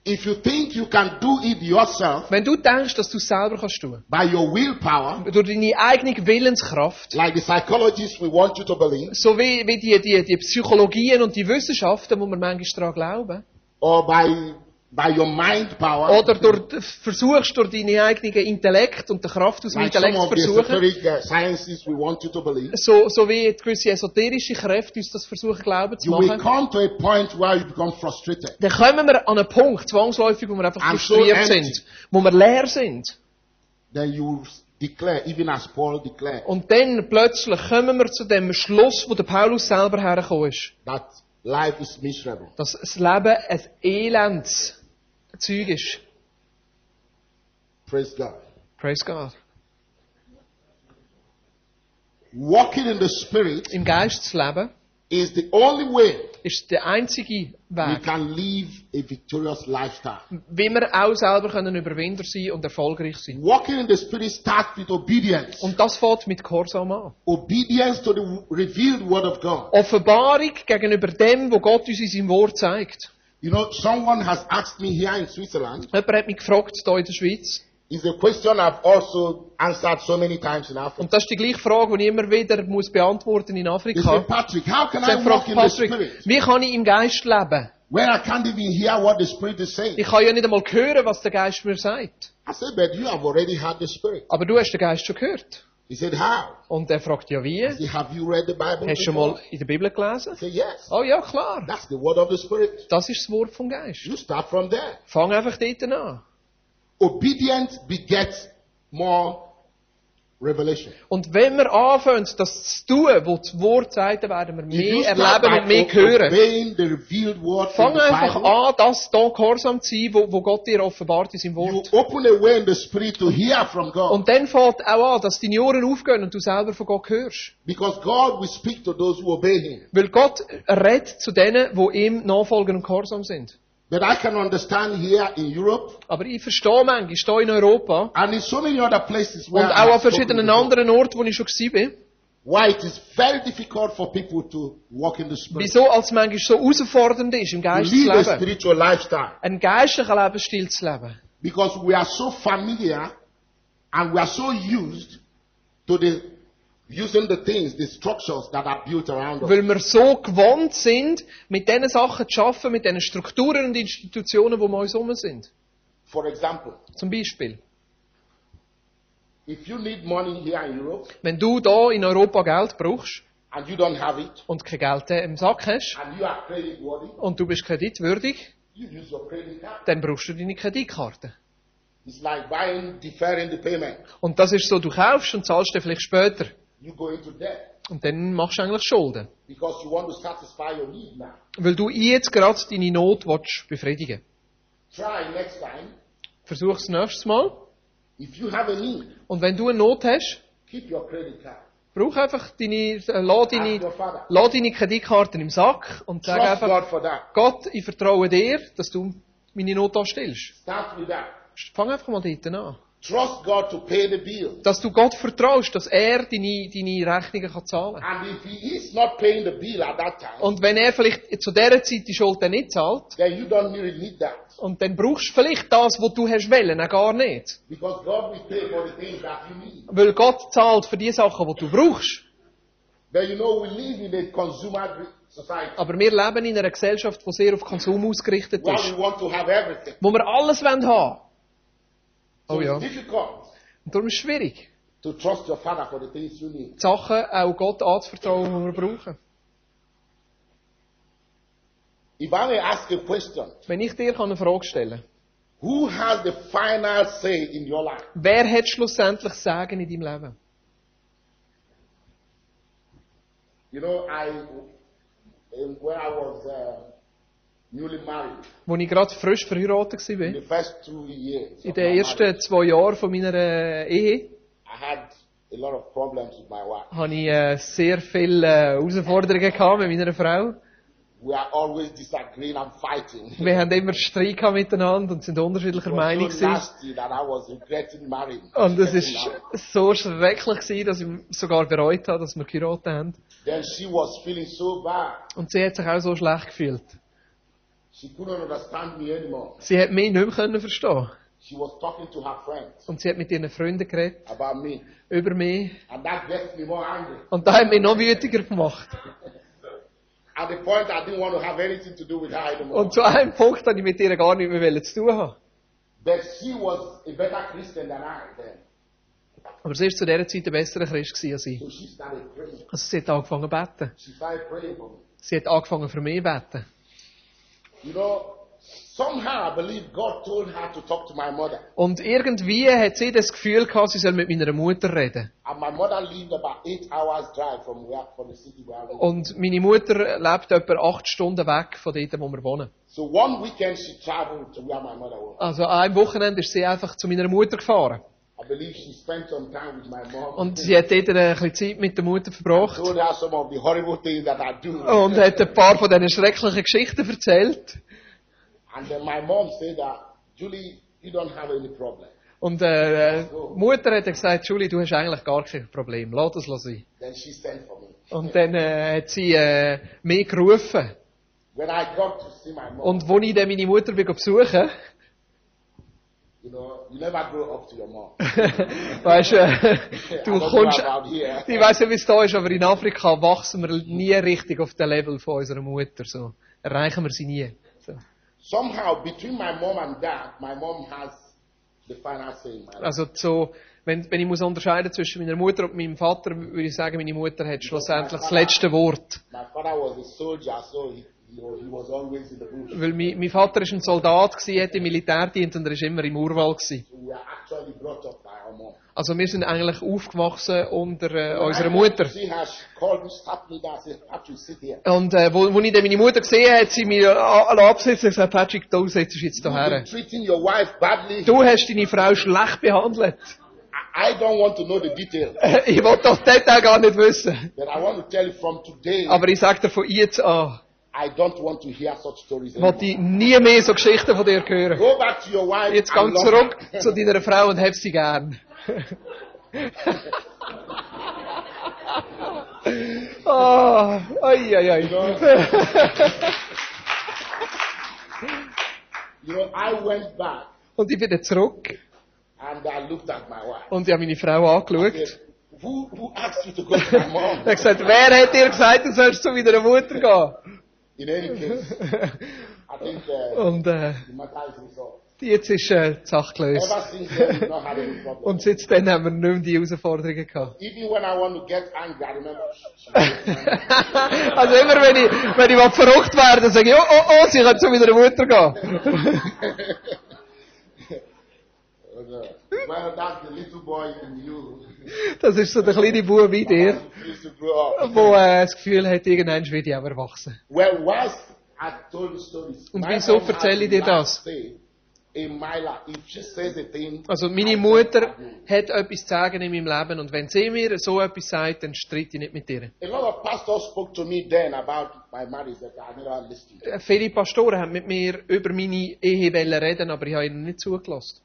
Speaker 2: If you think you can do it yourself
Speaker 3: Wenn du denkst, dass du es selber kannst tun,
Speaker 2: by your willpower,
Speaker 3: durch deine eigene Willenskraft,
Speaker 2: like the psychologists we want you to believe,
Speaker 3: so wie, wie die, die, die Psychologien und die Wissenschaften, wo wir manchmal daran glauben,
Speaker 2: or by by your mind power,
Speaker 3: oder durch, versuchst durch deinen eigenen Intellekt und die Kraft aus dem
Speaker 2: like some
Speaker 3: Intellekt zu
Speaker 2: of the
Speaker 3: versuchen,
Speaker 2: esoteric uh, sciences we want you to believe,
Speaker 3: so, so wie gewisse esoterische Kräfte uns das versuchen glauben zu
Speaker 2: you will
Speaker 3: machen,
Speaker 2: come to a point where you become frustrated.
Speaker 3: dann kommen wir an einen Punkt, zwangsläufig, wo wir einfach
Speaker 2: I'm so
Speaker 3: frustriert
Speaker 2: empty.
Speaker 3: sind, wo wir leer sind.
Speaker 2: Then you will declare, even as Paul declared,
Speaker 3: Und dann plötzlich kommen wir zu dem Schluss, wo der Paulus selber hergekommen ist.
Speaker 2: that life is miserable.
Speaker 3: Dass das Leben ein elends Zeug ist.
Speaker 2: Praise God.
Speaker 3: Praise God.
Speaker 2: Walking in the Spirit
Speaker 3: Im Geist zu leben
Speaker 2: is the only way
Speaker 3: ist der einzige
Speaker 2: we
Speaker 3: Weg,
Speaker 2: can live a victorious lifestyle.
Speaker 3: wie wir auch selber können Überwinder sein und erfolgreich sein.
Speaker 2: Walking in the Spirit starts with obedience.
Speaker 3: Und das fängt mit Gehorsam an.
Speaker 2: Obedience to the revealed Word of God.
Speaker 3: Offenbarung gegenüber dem, wo Gott uns in seinem Wort zeigt.
Speaker 2: You know, someone has asked me here in Switzerland.
Speaker 3: Jemand hat mich gefragt, hier in der Schweiz.
Speaker 2: It's a question I've also answered so many times in Africa.
Speaker 3: Und das ist die gleiche Frage, die ich immer wieder muss beantworten in
Speaker 2: They say,
Speaker 3: Afrika.
Speaker 2: Patrick, how can
Speaker 3: Sie
Speaker 2: I
Speaker 3: haben
Speaker 2: walk
Speaker 3: gefragt,
Speaker 2: in the
Speaker 3: Patrick,
Speaker 2: Spirit
Speaker 3: wie kann ich im Geist leben?
Speaker 2: when I can't even hear what the Spirit is saying?
Speaker 3: Ich kann ja nicht einmal hören, was der Geist mir sagt.
Speaker 2: I said, but you have already had the Spirit.
Speaker 3: Aber du hast den Geist schon gehört.
Speaker 2: He said, how?
Speaker 3: Und er fragt ja, wie?
Speaker 2: I said, have you read the Bible?
Speaker 3: Hast du schon
Speaker 2: before?"
Speaker 3: mal in der Bibel gelesen?
Speaker 2: I said, yes.
Speaker 3: Oh ja, klar.
Speaker 2: That's the Word of the Spirit.
Speaker 3: Das ist das Wort vom Geist.
Speaker 2: You start from there.
Speaker 3: Fang einfach dort an.
Speaker 2: Obedience begets more revelation.
Speaker 3: Und wenn wir anfangen, das zu tun, was das Wort sagt, dann werden wir
Speaker 2: If you
Speaker 3: mehr
Speaker 2: start
Speaker 3: erleben und
Speaker 2: by
Speaker 3: mehr hören.
Speaker 2: obeying the revealed word in
Speaker 3: Fang
Speaker 2: the
Speaker 3: einfach
Speaker 2: Bible,
Speaker 3: an, das da gehorsam zu sein, wo, wo Gott dir offenbart in seinem
Speaker 2: you
Speaker 3: Wort.
Speaker 2: open a way in the Spirit to hear from God.
Speaker 3: Und dann fängt auch an, dass deine Ohren aufgehen und du selber von Gott hörst.
Speaker 2: Because God will speak to those who obey Him.
Speaker 3: Weil Gott redet zu denen, die ihm nachfolgen und gehorsam sind.
Speaker 2: But I can understand here in Europe
Speaker 3: Aber ich verstehe manchmal, ich stehe in Europa
Speaker 2: and in so many other places
Speaker 3: und
Speaker 2: where I
Speaker 3: auch an
Speaker 2: have spoken
Speaker 3: verschiedenen
Speaker 2: before,
Speaker 3: anderen Orten, wo ich schon gewesen bin,
Speaker 2: why it is very difficult for people to walk in the Spirit,
Speaker 3: wieso als manchmal so herausfordernd ist, im
Speaker 2: to
Speaker 3: Geist zu
Speaker 2: live a
Speaker 3: leben.
Speaker 2: spiritual lifestyle.
Speaker 3: Einen geistlichen Lebensstil zu leben.
Speaker 2: Because we are so familiar and we are so used to the using the things, the structures that are built around us.
Speaker 3: Weil wir so gewohnt sind, mit diesen Sachen zu arbeiten, mit diesen Strukturen und Institutionen, die um uns herum sind.
Speaker 2: For example,
Speaker 3: Zum Beispiel,
Speaker 2: if you need money here in Europe
Speaker 3: wenn du da in Europa Geld brauchst
Speaker 2: and you don't have it
Speaker 3: und kein Geld im Sack hast
Speaker 2: and you are credit worthy,
Speaker 3: und du bist kreditwürdig,
Speaker 2: you use your credit card.
Speaker 3: dann brauchst du deine Kreditkarte.
Speaker 2: It's like buying, deferring the payment.
Speaker 3: Und das ist so, du kaufst und zahlst dann vielleicht später.
Speaker 2: You go into debt
Speaker 3: Und dann machst du eigentlich Schulden.
Speaker 2: because you want to satisfy your need now.
Speaker 3: Weil du jetzt gerade deine Not willst befriedigen
Speaker 2: Try next time.
Speaker 3: Versuch es nächstes Mal.
Speaker 2: If you have a need,
Speaker 3: Und wenn du eine Not hast,
Speaker 2: keep your credit card.
Speaker 3: brauch einfach deine, äh, lass
Speaker 2: Ask your
Speaker 3: deine,
Speaker 2: father.
Speaker 3: lass deine Kreditkarten im Sack und sag
Speaker 2: Trust
Speaker 3: einfach,
Speaker 2: God for that.
Speaker 3: Gott, ich vertraue dir, dass du meine Not anstillst.
Speaker 2: Start with that.
Speaker 3: Fang einfach mal dort an.
Speaker 2: Trust God to pay the bill.
Speaker 3: Dass du Gott vertraust, dass er deine, deine Rechnungen kann zahlen kann.
Speaker 2: And if He is not paying the bill at that time,
Speaker 3: Und wenn er vielleicht zu dieser Zeit die Schuld dann nicht zahlt,
Speaker 2: then you don't really need that
Speaker 3: und dann brauchst du vielleicht das, was du hast wollen, auch gar nicht.
Speaker 2: because God will pay for the things that you need.
Speaker 3: Weil Gott zahlt für die Sachen, die du brauchst.
Speaker 2: But you know, we live in a consumer society
Speaker 3: Aber wir leben in einer Gesellschaft, die sehr auf Konsum ausgerichtet
Speaker 2: where we
Speaker 3: ist.
Speaker 2: want to have everything.
Speaker 3: Wo wir alles wollen haben.
Speaker 2: So
Speaker 3: Oh ja.
Speaker 2: it's difficult
Speaker 3: Und darum ist es schwierig,
Speaker 2: to trust your father for the things you need.
Speaker 3: die Sachen auch Gott anzuvertrauen, die wir brauchen.
Speaker 2: If I may ask a question,
Speaker 3: Wenn ich dir kann eine Frage stellen kann,
Speaker 2: who has the final say in your life?
Speaker 3: wer hat schlussendlich Sagen in deinem Leben?
Speaker 2: You know, I, in- when I was uh, newly married,
Speaker 3: Als ich gerade frisch verheiratet war,
Speaker 2: in the first two years,
Speaker 3: in
Speaker 2: of
Speaker 3: den
Speaker 2: my marriage,
Speaker 3: ersten zwei Jahren von meiner äh, Ehe,
Speaker 2: I had a lot of problems with my wife.
Speaker 3: hatte ich äh, sehr viele äh, Herausforderungen gehabt mit meiner Frau.
Speaker 2: We are always disagreeing and fighting.
Speaker 3: Wir haben immer Streit gehabt miteinander und sind
Speaker 2: It
Speaker 3: unterschiedlicher Meinung.
Speaker 2: was so
Speaker 3: gewesen.
Speaker 2: nasty that I was regretting marrying.
Speaker 3: Und es
Speaker 2: Regretting marrying.
Speaker 3: war so schrecklich, gewesen, dass ich sogar bereut habe, dass wir geheiratet haben.
Speaker 2: Then she was feeling so bad.
Speaker 3: Und sie hat sich auch so schlecht gefühlt.
Speaker 2: She couldn't understand me anymore.
Speaker 3: Sie hat mich nicht mehr können verstehen
Speaker 2: She was talking to her friends
Speaker 3: Und sie hat mit ihren Freunden geredet,
Speaker 2: about me.
Speaker 3: über mich.
Speaker 2: And that gets me more angry.
Speaker 3: Und das hat mich noch wütiger gemacht.
Speaker 2: At the point I didn't want to have anything to do with her anymore.
Speaker 3: Und zu einem Punkt wollte ich mit ihr gar nicht mehr zu tun haben.
Speaker 2: But she was a better Christian than I then.
Speaker 3: Aber sie war zu dieser Zeit ein besserer Christ gewesen als ich.
Speaker 2: So she started praying.
Speaker 3: Also sie hat angefangen zu beten.
Speaker 2: She started praying for me.
Speaker 3: Sie hat angefangen für mich zu beten.
Speaker 2: You know, somehow I believe God told her to talk to my mother.
Speaker 3: Und irgendwie hat sie das Gefühl gehabt, sie soll mit meiner Mutter reden.
Speaker 2: And my mother lived about eight hours drive from where from the city where I live.
Speaker 3: Und meine Mutter lebt etwa acht Stunden weg von dort, wo wir wohnen.
Speaker 2: So one weekend she traveled to where my mother was.
Speaker 3: Also am Wochenende ist sie einfach zu meiner Mutter gefahren.
Speaker 2: I believe she spent some time with my mom.
Speaker 3: Und sie hat dort ein bisschen Zeit mit der Mutter verbracht.
Speaker 2: told her some of the horrible things that I do.
Speaker 3: Und hat ein paar von diesen schrecklichen Geschichten erzählt.
Speaker 2: And then my mom said that, Julie, you don't have any problem.
Speaker 3: Und äh, äh, die Mutter hat dann gesagt, Julie, du hast eigentlich gar kein Problem, lass das sein.
Speaker 2: Then she sent for me.
Speaker 3: Und dann äh, hat sie äh, mich gerufen.
Speaker 2: When I got to see my mom,
Speaker 3: Und wo ich dann meine Mutter bin besuchen
Speaker 2: you know, you never grow up to your mom.
Speaker 3: Weißt
Speaker 2: I
Speaker 3: äh, du,
Speaker 2: don't
Speaker 3: kommst.
Speaker 2: know about here.
Speaker 3: Ich weiß nicht, wie es da ist, aber in Afrika wachsen wir nie richtig auf den Level von unserer Mutter. So erreichen wir sie nie. So.
Speaker 2: Somehow, between my mom and dad, my mom has the final say in my life.
Speaker 3: Also so, wenn, wenn ich muss unterscheiden zwischen meiner Mutter und meinem Vater, würde ich sagen, meine Mutter hat schlussendlich das letzte Wort.
Speaker 2: My father was a soldier, so he, you know, he was always in the bush.
Speaker 3: Weil mein, mein Vater ist ein Soldat gewesen, hat im Militärdienst und er ist immer im Urwald gewesen.
Speaker 2: So we are actually brought up by our mom.
Speaker 3: Also wir sind eigentlich aufgewachsen unter äh, unserer
Speaker 2: When I went to
Speaker 3: Mutter.
Speaker 2: See her, she called me, slapped me down, said, Patrick, sit here.
Speaker 3: Und äh, wo, wo ich dann meine Mutter gesehen habe, hat sie mir äh, alle absitzen und gesagt, Patrick, du setzt jetzt
Speaker 2: You've
Speaker 3: hierher.
Speaker 2: been treating your wife badly.
Speaker 3: Du hast deine Frau schlecht behandelt.
Speaker 2: I I don't want to know the details,
Speaker 3: Ich will das Detail gar nicht wissen.
Speaker 2: but I want to tell you from today,
Speaker 3: Aber ich sage dir von jetzt an,
Speaker 2: I don't want to hear such stories anymore.
Speaker 3: will ich nie mehr so Geschichten von dir hören.
Speaker 2: Go back to your wife.
Speaker 3: Jetzt
Speaker 2: and
Speaker 3: gang
Speaker 2: love
Speaker 3: zurück
Speaker 2: her.
Speaker 3: zu deiner Frau und heb sie gern. oh, oi, oi,
Speaker 2: You know,
Speaker 3: oi.
Speaker 2: You know, I went back
Speaker 3: Und ich bin dann zurück
Speaker 2: and I looked at my wife.
Speaker 3: und ich habe meine Frau
Speaker 2: Said,
Speaker 3: angeschaut.
Speaker 2: who, who asked you to go to my
Speaker 3: Ich
Speaker 2: mom?
Speaker 3: habe gesagt, wer hat dir gesagt, du sollst zu meiner Mutter gehen?
Speaker 2: In any case, I think uh,
Speaker 3: Und äh,
Speaker 2: the matter is resolved.
Speaker 3: jetzt ist äh, die Sache gelöst.
Speaker 2: Ever since then, we've not had any problem.
Speaker 3: Und seit dann haben wir nicht mehr die Herausforderungen gehabt.
Speaker 2: Even when I want to get angry, I remember. she-
Speaker 3: also immer wenn ich, wenn ich mal verrückt werde, sage ich, oh, oh, oh, sie können zu meiner Mutter gehen.
Speaker 2: Oh, no. Well, that's the little boy in you.
Speaker 3: Das ist so der kleine Bub in dir,
Speaker 2: Refuse to grow up.
Speaker 3: wo äh, das Gefühl hat, irgendwann werde ich auch erwachsen.
Speaker 2: Well, whilst I told you stories,
Speaker 3: Und
Speaker 2: my
Speaker 3: wieso
Speaker 2: mom has
Speaker 3: erzähle ich
Speaker 2: the
Speaker 3: dir das?
Speaker 2: last say In my life, if she says a thing,
Speaker 3: Also meine Mutter hat etwas zu sagen in meinem Leben und wenn sie mir so etwas sagt, dann streite ich nicht mit ihr.
Speaker 2: a lot of pastors spoke to me then about my marriage that I never listened to.
Speaker 3: Äh, Viele Pastoren haben mit mir über meine Ehe wollen reden, aber ich habe ihnen nicht zugelassen.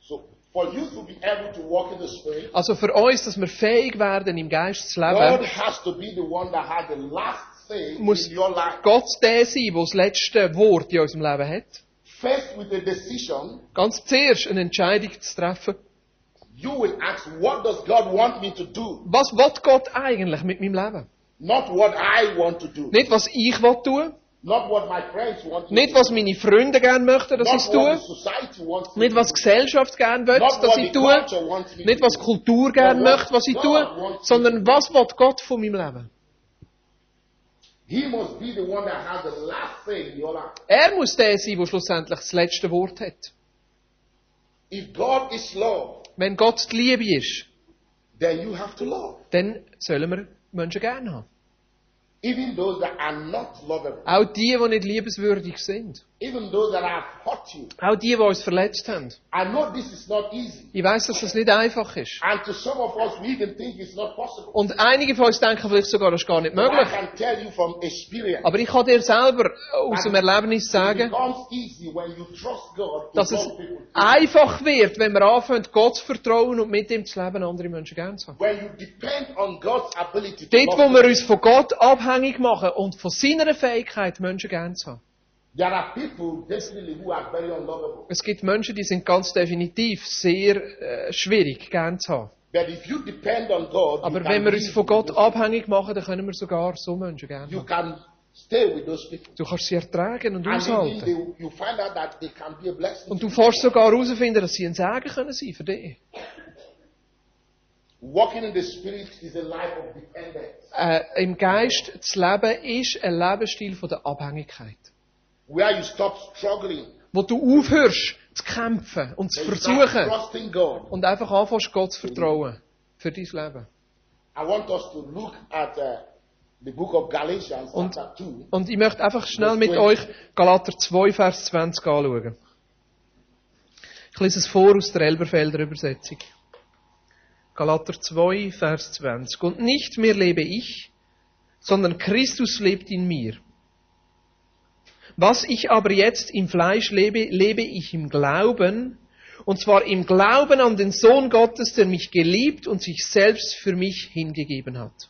Speaker 2: So, for you to be able to walk in the spirit,
Speaker 3: Also für uns, dass wir fähig werden, im Geist zu
Speaker 2: God
Speaker 3: leben,
Speaker 2: has to be the one that had the last say
Speaker 3: muss
Speaker 2: in your life.
Speaker 3: Gott der sein, der das letzte Wort in unserem Leben hat.
Speaker 2: First, with a decision,
Speaker 3: Ganz zuerst eine Entscheidung zu treffen.
Speaker 2: you will ask, What does God want me to do?
Speaker 3: Was will Gott eigentlich mit meinem Leben?
Speaker 2: Not what I want to do.
Speaker 3: Nicht, was ich will tun.
Speaker 2: Not what my friends want to
Speaker 3: Nicht,
Speaker 2: do.
Speaker 3: was meine Freunde gerne möchten, dass
Speaker 2: Not
Speaker 3: ich es
Speaker 2: what the
Speaker 3: tue.
Speaker 2: society wants me
Speaker 3: Nicht, was
Speaker 2: to
Speaker 3: die
Speaker 2: do.
Speaker 3: Gesellschaft gerne will,
Speaker 2: Not
Speaker 3: dass
Speaker 2: what
Speaker 3: ich
Speaker 2: the
Speaker 3: tue.
Speaker 2: culture wants me
Speaker 3: Nicht,
Speaker 2: to
Speaker 3: was
Speaker 2: do.
Speaker 3: die Kultur gerne
Speaker 2: Not what
Speaker 3: möchte, was ich
Speaker 2: God wants me
Speaker 3: tue.
Speaker 2: to
Speaker 3: Sondern was will Gott von meinem Leben?
Speaker 2: He must be the one that has the last say in your life.
Speaker 3: Er muss der sein, der schlussendlich das letzte Wort hat.
Speaker 2: If God is love,
Speaker 3: Wenn Gott die Liebe ist,
Speaker 2: then you have to love.
Speaker 3: dann sollen wir Menschen gerne haben.
Speaker 2: Even those that are not lovable.
Speaker 3: Auch die, die nicht liebenswürdig sind.
Speaker 2: Even those that have hurt you.
Speaker 3: Auch die, die uns verletzt haben.
Speaker 2: I know this is not easy.
Speaker 3: Ich weiß, dass das nicht einfach ist.
Speaker 2: And to some of us, we even think it's not possible.
Speaker 3: Und einige von uns denken vielleicht sogar, das ist gar nicht
Speaker 2: I
Speaker 3: möglich.
Speaker 2: can tell you from experience.
Speaker 3: Aber ich kann dir selber aus dem Erlebnis
Speaker 2: It
Speaker 3: sagen,
Speaker 2: becomes easy when you trust God to
Speaker 3: dass es
Speaker 2: love people.
Speaker 3: einfach wird, wenn wir anfangen, Gott zu vertrauen und mit ihm zu leben, andere Menschen gerne zu haben.
Speaker 2: When you depend on God's ability to
Speaker 3: Dort,
Speaker 2: love
Speaker 3: wo
Speaker 2: people.
Speaker 3: wir uns von Gott abhängig machen und von seiner Fähigkeit, Menschen gerne zu haben.
Speaker 2: There are people definitely who are very unlovable.
Speaker 3: Es gibt Menschen, die sind ganz definitiv sehr äh, schwierig, gerne zu haben.
Speaker 2: But if you depend on God,
Speaker 3: Aber
Speaker 2: you, can
Speaker 3: wenn wir uns
Speaker 2: live
Speaker 3: von
Speaker 2: with
Speaker 3: Gott
Speaker 2: those
Speaker 3: abhängig machen, dann können wir sogar so Menschen gerne
Speaker 2: people. you
Speaker 3: haben.
Speaker 2: can stay with those people.
Speaker 3: Du kannst sie ertragen und
Speaker 2: And even
Speaker 3: aushalten.
Speaker 2: they, you find out that they can be a blessing.
Speaker 3: Und
Speaker 2: to
Speaker 3: du
Speaker 2: you.
Speaker 3: fährst sogar herausfinden, dass sie ein Segen können sein für dich.
Speaker 2: Walking in the Spirit is a life of dependence.
Speaker 3: Äh, Im Geist zu leben ist ein Lebensstil von der Abhängigkeit.
Speaker 2: Where you stop struggling,
Speaker 3: Wo du aufhörst zu kämpfen und zu
Speaker 2: and you start
Speaker 3: versuchen
Speaker 2: trusting God.
Speaker 3: und einfach anfängst, Gott zu vertrauen für dein Leben.
Speaker 2: I want us to look at uh, the book of Galatians,
Speaker 3: Und-
Speaker 2: chapter 2.
Speaker 3: Und ich möchte einfach schnell mit euch Galater 2, Vers 20 anschauen. Ich lese es vor aus der Elberfelder Übersetzung. Galater 2, Vers 20. Und nicht mehr lebe ich, sondern Christus lebt in mir. Was ich aber jetzt im Fleisch lebe, lebe ich im Glauben, und zwar im Glauben an den Sohn Gottes, der mich geliebt und sich selbst für mich hingegeben hat.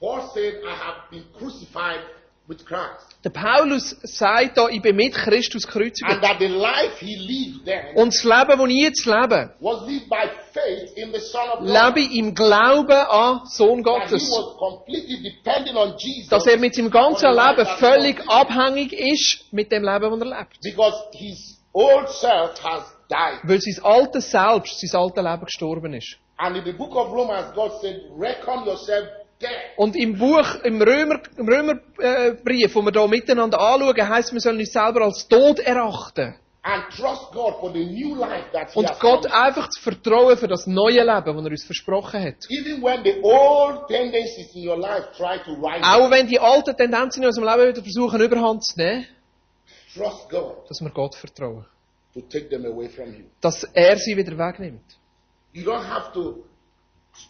Speaker 2: Paul said, I have been crucified with Christ.
Speaker 3: Der Paulus sagt da, ich bin mit Christus
Speaker 2: And
Speaker 3: gekreuzigt.
Speaker 2: that the life he lived then
Speaker 3: Und das Leben, das ich jetzt lebe,
Speaker 2: was lived by faith in the Son of God.
Speaker 3: lebe ich im Glauben an Sohn
Speaker 2: That he
Speaker 3: Gottes.
Speaker 2: was completely dependent on Jesus.
Speaker 3: Dass er mit seinem ganzen
Speaker 2: for the life
Speaker 3: Leben
Speaker 2: that he
Speaker 3: völlig
Speaker 2: was living.
Speaker 3: abhängig ist mit dem Leben, das er lebt.
Speaker 2: Because his old self has died.
Speaker 3: Weil sein altes Selbst, sein altes Leben gestorben ist.
Speaker 2: And in the book of Romans, God said, reckon yourself dead.
Speaker 3: Und im Buch, im Römer, im Römerbrief, äh, Brief, wo wir da miteinander anschauen, heisst, wir sollen uns selber als tot erachten.
Speaker 2: And trust God for the new life that he
Speaker 3: Und
Speaker 2: has
Speaker 3: Gott
Speaker 2: promised.
Speaker 3: einfach zu vertrauen für das neue Leben, das er uns versprochen hat.
Speaker 2: Even when the old tendencies in your life try to rise up,
Speaker 3: Auch wenn die alten Tendenzen in unserem Leben wieder versuchen, Überhand zu nehmen,
Speaker 2: trust God
Speaker 3: dass wir Gott vertrauen.
Speaker 2: to take them away from you.
Speaker 3: Dass er sie wieder wegnimmt.
Speaker 2: You don't have to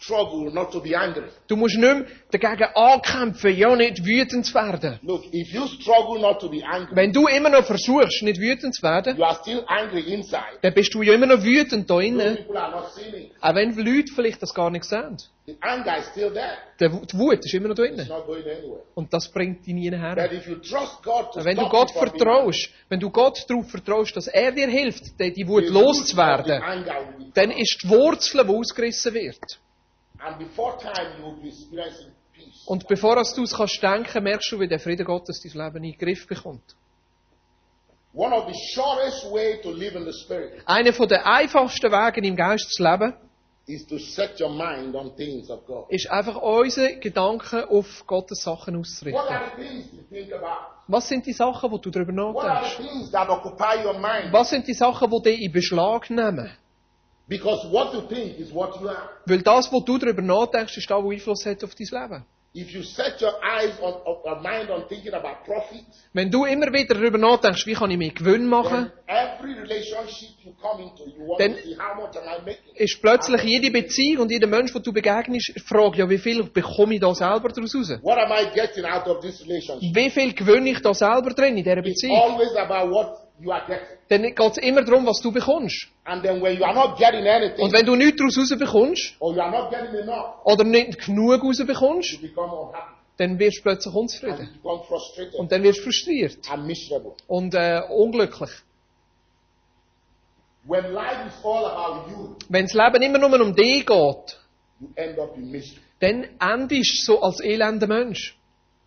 Speaker 2: struggle not to be angry.
Speaker 3: Du musst nicht mehr dagegen ankämpfen, ja nicht wütend zu werden.
Speaker 2: Look, if you struggle not to be angry,
Speaker 3: Wenn du immer noch versuchst, nicht wütend zu werden,
Speaker 2: you are still angry inside.
Speaker 3: dann bist du ja immer noch wütend da
Speaker 2: Those
Speaker 3: innen.
Speaker 2: people are not sinning.
Speaker 3: Auch wenn Leute vielleicht das gar nicht sehen.
Speaker 2: The anger is still there.
Speaker 3: Der Wu- Die Wut ist immer noch da
Speaker 2: It's
Speaker 3: innen.
Speaker 2: not going anywhere.
Speaker 3: Und das bringt dich nie her.
Speaker 2: But if you trust God to
Speaker 3: Wenn du
Speaker 2: stop
Speaker 3: Gott
Speaker 2: it from being-
Speaker 3: vertraust, wenn du Gott darauf vertraust, dass er dir hilft, die die
Speaker 2: the
Speaker 3: Wut
Speaker 2: root of the
Speaker 3: loszuwerden,
Speaker 2: anger will be
Speaker 3: dann
Speaker 2: gone.
Speaker 3: ist die Wurzel, die ausgerissen wird.
Speaker 2: And before time, you will be experiencing peace.
Speaker 3: Und bevor du es kannst denken, merkst du, wie der Friede Gottes dein Leben in den Griff bekommt.
Speaker 2: One of the surest way to live in the spirit
Speaker 3: Einer von der einfachsten Wegen im Geist zu leben,
Speaker 2: is to set your mind on things of God.
Speaker 3: ist einfach unsere Gedanken auf Gottes Sachen
Speaker 2: What
Speaker 3: auszurichten.
Speaker 2: are the things you think about?
Speaker 3: Was sind die Sachen, wo du darüber
Speaker 2: What are
Speaker 3: nachdenkst?
Speaker 2: the things that occupy your mind?
Speaker 3: Was sind die Sachen, die dich in Beschlag nehmen?
Speaker 2: Because what you think is what you are.
Speaker 3: Weil das, wo du darüber nachdenkst, ist das, was Einfluss hat auf dein Leben.
Speaker 2: If you set your eyes on, on your mind on thinking about profit,
Speaker 3: Wenn du immer wieder darüber nachdenkst, wie kann ich mehr Gewinn machen,
Speaker 2: then every relationship you come into, you want
Speaker 3: Then-
Speaker 2: to see how much am I making.
Speaker 3: ist plötzlich jede Beziehung und jeder Mensch, wo du begegnest, die frage, ja, wie viel bekomme ich da selber daraus raus?
Speaker 2: What am I getting out of this relationship?
Speaker 3: Wie viel gewinne ich da selber drin in dieser
Speaker 2: It's
Speaker 3: Beziehung?
Speaker 2: always about what you are getting.
Speaker 3: Dann geht es immer darum, was du bekommst.
Speaker 2: And then when you are not getting anything,
Speaker 3: Und wenn du nichts daraus rausbekommst,
Speaker 2: or you are not getting enough,
Speaker 3: oder nicht genug rausbekommst,
Speaker 2: you become unhappy
Speaker 3: dann wirst du plötzlich
Speaker 2: and
Speaker 3: unzufrieden.
Speaker 2: you become frustrated
Speaker 3: Und dann wirst du frustriert
Speaker 2: and miserable.
Speaker 3: und äh, unglücklich.
Speaker 2: When life is all about you,
Speaker 3: Wenn das Leben immer nur um dich geht,
Speaker 2: you end up in mystery.
Speaker 3: Dann endest du so als elender Mensch.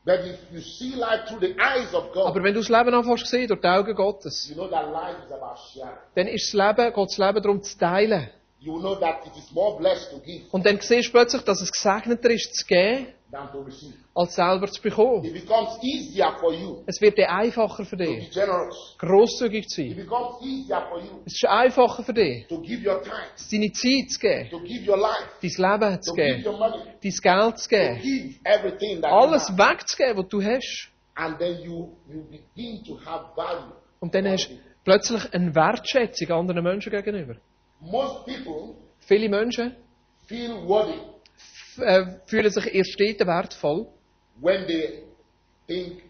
Speaker 2: But if you see life through the eyes of
Speaker 3: Aber
Speaker 2: God,
Speaker 3: wenn du das Leben anfängst zu sehen, durch die Augen Gottes,
Speaker 2: you know that life is about sharing.
Speaker 3: dann ist das Leben, geht das Leben darum zu teilen.
Speaker 2: You know that it is more blessed to give
Speaker 3: Und dann siehst du plötzlich, dass es gesegneter ist zu geben,
Speaker 2: than to receive.
Speaker 3: als selber zu bekommen.
Speaker 2: It becomes easier for you
Speaker 3: Es wird dir einfacher für
Speaker 2: to be
Speaker 3: dich,
Speaker 2: generous.
Speaker 3: grosszügig zu
Speaker 2: It
Speaker 3: sein.
Speaker 2: becomes easier for you
Speaker 3: Es ist einfacher für dich,
Speaker 2: to give your time,
Speaker 3: deine Zeit zu geben,
Speaker 2: to give your life,
Speaker 3: dein Leben zu
Speaker 2: to give
Speaker 3: geben,
Speaker 2: your money,
Speaker 3: dein Geld zu
Speaker 2: to
Speaker 3: geben,
Speaker 2: give everything that you
Speaker 3: alles
Speaker 2: have.
Speaker 3: wegzugeben, was du hast.
Speaker 2: And then you, you begin to have value.
Speaker 3: Und dann hast du plötzlich eine Wertschätzung anderen Menschen gegenüber.
Speaker 2: Most people
Speaker 3: Viele Menschen
Speaker 2: feel worthy
Speaker 3: f- äh, fühlen sich erst stets wertvoll,
Speaker 2: when they think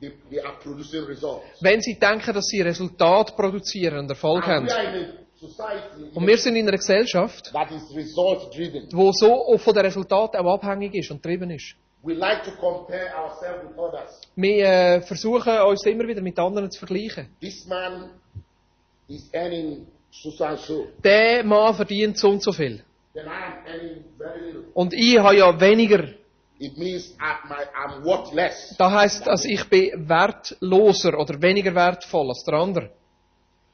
Speaker 2: they, they are producing results.
Speaker 3: wenn sie denken, dass sie Resultat produzieren und Erfolg
Speaker 2: And
Speaker 3: haben.
Speaker 2: we are in a society
Speaker 3: Und wir sind in einer Gesellschaft,
Speaker 2: that is result driven.
Speaker 3: wo so auch von den Resultaten auch abhängig ist und getrieben ist.
Speaker 2: We like to compare ourselves with others.
Speaker 3: Wir äh, versuchen uns immer wieder mit anderen zu vergleichen.
Speaker 2: This man is earning so so and so.
Speaker 3: Der Mann verdient so und so viel.
Speaker 2: Then I am earning very little.
Speaker 3: Und ich habe ja weniger.
Speaker 2: It means I, my, I'm worth less.
Speaker 3: Das heisst, dass ich bin wertloser oder weniger wertvoll als der andere.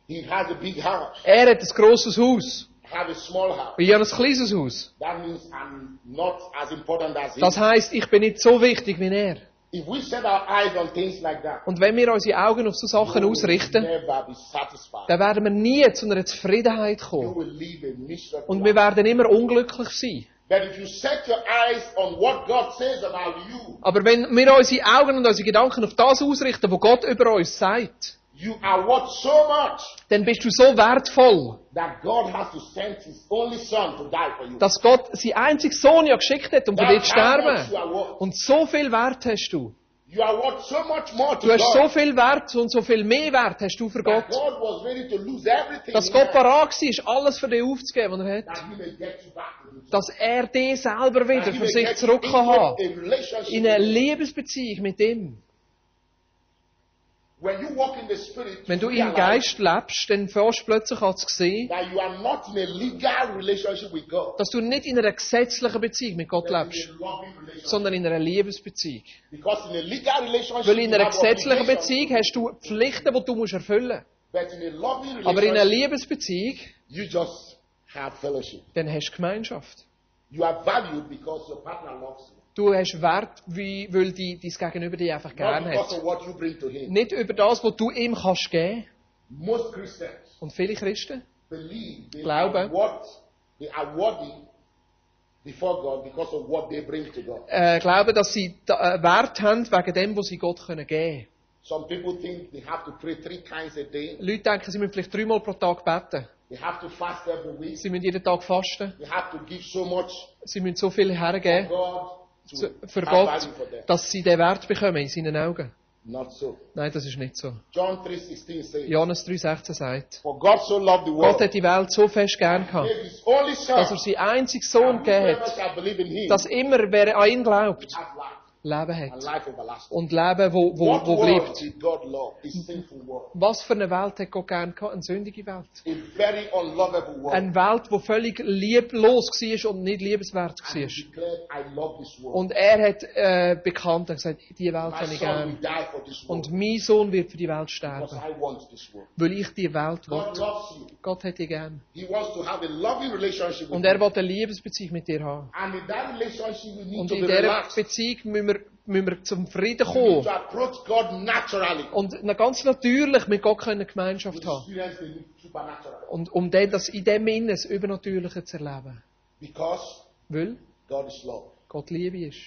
Speaker 2: He has a big house.
Speaker 3: Er hat ein grosses Haus.
Speaker 2: I have a small house.
Speaker 3: Und ich habe ein kleines Haus.
Speaker 2: That means I'm not as important as he.
Speaker 3: Das heisst, ich bin nicht so wichtig wie er.
Speaker 2: If we set our eyes on things like that,
Speaker 3: Und wenn wir unsere Augen auf so Sachen
Speaker 2: you will
Speaker 3: ausrichten,
Speaker 2: never be satisfied.
Speaker 3: dann werden wir nie zu einer Zufriedenheit
Speaker 2: You
Speaker 3: kommen.
Speaker 2: will live a miserable
Speaker 3: Und
Speaker 2: life.
Speaker 3: wir werden immer unglücklich sein.
Speaker 2: But if you set your eyes on what God says about you,
Speaker 3: Aber wenn wir unsere Augen und unsere Gedanken auf das ausrichten, was Gott über uns sagt,
Speaker 2: you are worth so much
Speaker 3: dann bist du so wertvoll,
Speaker 2: that God has to send His only Son to die for you.
Speaker 3: dass Gott seinen einzigen Sohn ja geschickt hat, um für dich zu
Speaker 2: That's how much you
Speaker 3: sterben.
Speaker 2: are worth.
Speaker 3: Und so viel Wert hast du.
Speaker 2: You are worth so much more to
Speaker 3: Du hast so
Speaker 2: God.
Speaker 3: viel Wert und so viel mehr Wert hast du
Speaker 2: that
Speaker 3: für Gott,
Speaker 2: God was ready to lose everything
Speaker 3: dass
Speaker 2: he
Speaker 3: Gott
Speaker 2: had,
Speaker 3: parat war, alles für dich aufzugeben, was er hat.
Speaker 2: that He may get you back to himself.
Speaker 3: Dass er dich selber
Speaker 2: That
Speaker 3: wieder
Speaker 2: he
Speaker 3: für
Speaker 2: may
Speaker 3: sich
Speaker 2: get you
Speaker 3: zurück kann haben.
Speaker 2: into a relationship
Speaker 3: In eine
Speaker 2: with him.
Speaker 3: Liebesbeziehung mit ihm.
Speaker 2: When you walk in the Spirit,
Speaker 3: Wenn du
Speaker 2: you
Speaker 3: im
Speaker 2: realize
Speaker 3: Geist lebst, dann fährst du plötzlich an zu sehen,
Speaker 2: that you are not in a legal relationship with God,
Speaker 3: dass du nicht in einer gesetzlichen Beziehung mit Gott
Speaker 2: but in
Speaker 3: lebst,
Speaker 2: a loving relationship.
Speaker 3: sondern in einer Liebesbeziehung.
Speaker 2: Because in a legal relationship,
Speaker 3: Weil in
Speaker 2: you
Speaker 3: einer
Speaker 2: have
Speaker 3: gesetzlichen
Speaker 2: obligations,
Speaker 3: Beziehung hast du Pflichten, die du musst erfüllen
Speaker 2: but in a loving
Speaker 3: musst. Aber in einer
Speaker 2: relationship,
Speaker 3: Liebesbeziehung,
Speaker 2: you just have fellowship.
Speaker 3: dann hast du Gemeinschaft.
Speaker 2: You are valued because your partner loves you,
Speaker 3: Du hast Wert, wie, weil die, dein Gegenüber dich einfach
Speaker 2: not
Speaker 3: gerne
Speaker 2: because
Speaker 3: hat.
Speaker 2: of what you bring to him.
Speaker 3: Nicht über das, was du ihm kannst geben.
Speaker 2: Most Christians
Speaker 3: Und viele Christen
Speaker 2: believe they
Speaker 3: Glaube.
Speaker 2: are what they are worthy before God because of what they bring to God.
Speaker 3: äh, glauben, dass sie da, äh, Wert haben wegen dem, was sie Gott können geben
Speaker 2: Some people think they have to pray three times a day,
Speaker 3: können. Leute denken, sie müssen vielleicht dreimal pro Tag beten.
Speaker 2: they have to fast every week,
Speaker 3: Sie müssen jeden Tag fasten.
Speaker 2: they have to give so much
Speaker 3: Sie müssen so viel
Speaker 2: to
Speaker 3: hergeben
Speaker 2: God to
Speaker 3: zu- für
Speaker 2: have
Speaker 3: Gott,
Speaker 2: value for them.
Speaker 3: dass sie den Wert bekommen in seinen Augen.
Speaker 2: Not so.
Speaker 3: Nein, das ist nicht so.
Speaker 2: John 3:16 says,
Speaker 3: Johannes 3,16 sagt,
Speaker 2: "For God so loved the world,
Speaker 3: Gott hat die Welt so fest gern
Speaker 2: gave
Speaker 3: gehabt,
Speaker 2: His only Son,
Speaker 3: dass er seinen einzigen Sohn
Speaker 2: whosoever
Speaker 3: gegeben hat,
Speaker 2: shall believe in Him,
Speaker 3: dass immer, wer an ihn glaubt,
Speaker 2: have life
Speaker 3: Leben
Speaker 2: and
Speaker 3: hat.
Speaker 2: life everlasting."
Speaker 3: Und Leben, wo, wo,
Speaker 2: what
Speaker 3: wo
Speaker 2: world
Speaker 3: bleibt.
Speaker 2: did God love? His sinful world,
Speaker 3: Was für eine Welt hat Gott gern gehabt? Eine sündige Welt.
Speaker 2: a very unlovable world.
Speaker 3: Eine Welt, die völlig lieblos war und nicht liebenswert
Speaker 2: And he
Speaker 3: war.
Speaker 2: declared, "I love this world.
Speaker 3: Und er hat äh, bekannt und gesagt, die Welt
Speaker 2: My
Speaker 3: kann ich
Speaker 2: son
Speaker 3: gern.
Speaker 2: will die for this world
Speaker 3: Und mein Sohn wird für die Welt
Speaker 2: because
Speaker 3: sterben.
Speaker 2: I want this world."
Speaker 3: Weil ich die Welt will.
Speaker 2: God loves you.
Speaker 3: Gott hat dich gern.
Speaker 2: He wants to have a loving relationship with
Speaker 3: Und
Speaker 2: you.
Speaker 3: er will eine Liebesbeziehung mit dir haben.
Speaker 2: And in that relationship, you need
Speaker 3: Und
Speaker 2: to
Speaker 3: in
Speaker 2: be
Speaker 3: dieser
Speaker 2: relaxed.
Speaker 3: Beziehung müssen wir, müssen wir zum Frieden
Speaker 2: You need
Speaker 3: kommen.
Speaker 2: to approach God naturally.
Speaker 3: Und na- ganz natürlich mit Gott können
Speaker 2: You
Speaker 3: Gemeinschaft haben.
Speaker 2: experience the supernatural
Speaker 3: Und um dann, das in dem Innen das Übernatürliche zu erleben.
Speaker 2: because
Speaker 3: Weil
Speaker 2: God is love.
Speaker 3: Gott Liebe ist.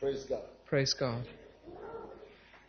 Speaker 2: Praise God.
Speaker 3: Praise God.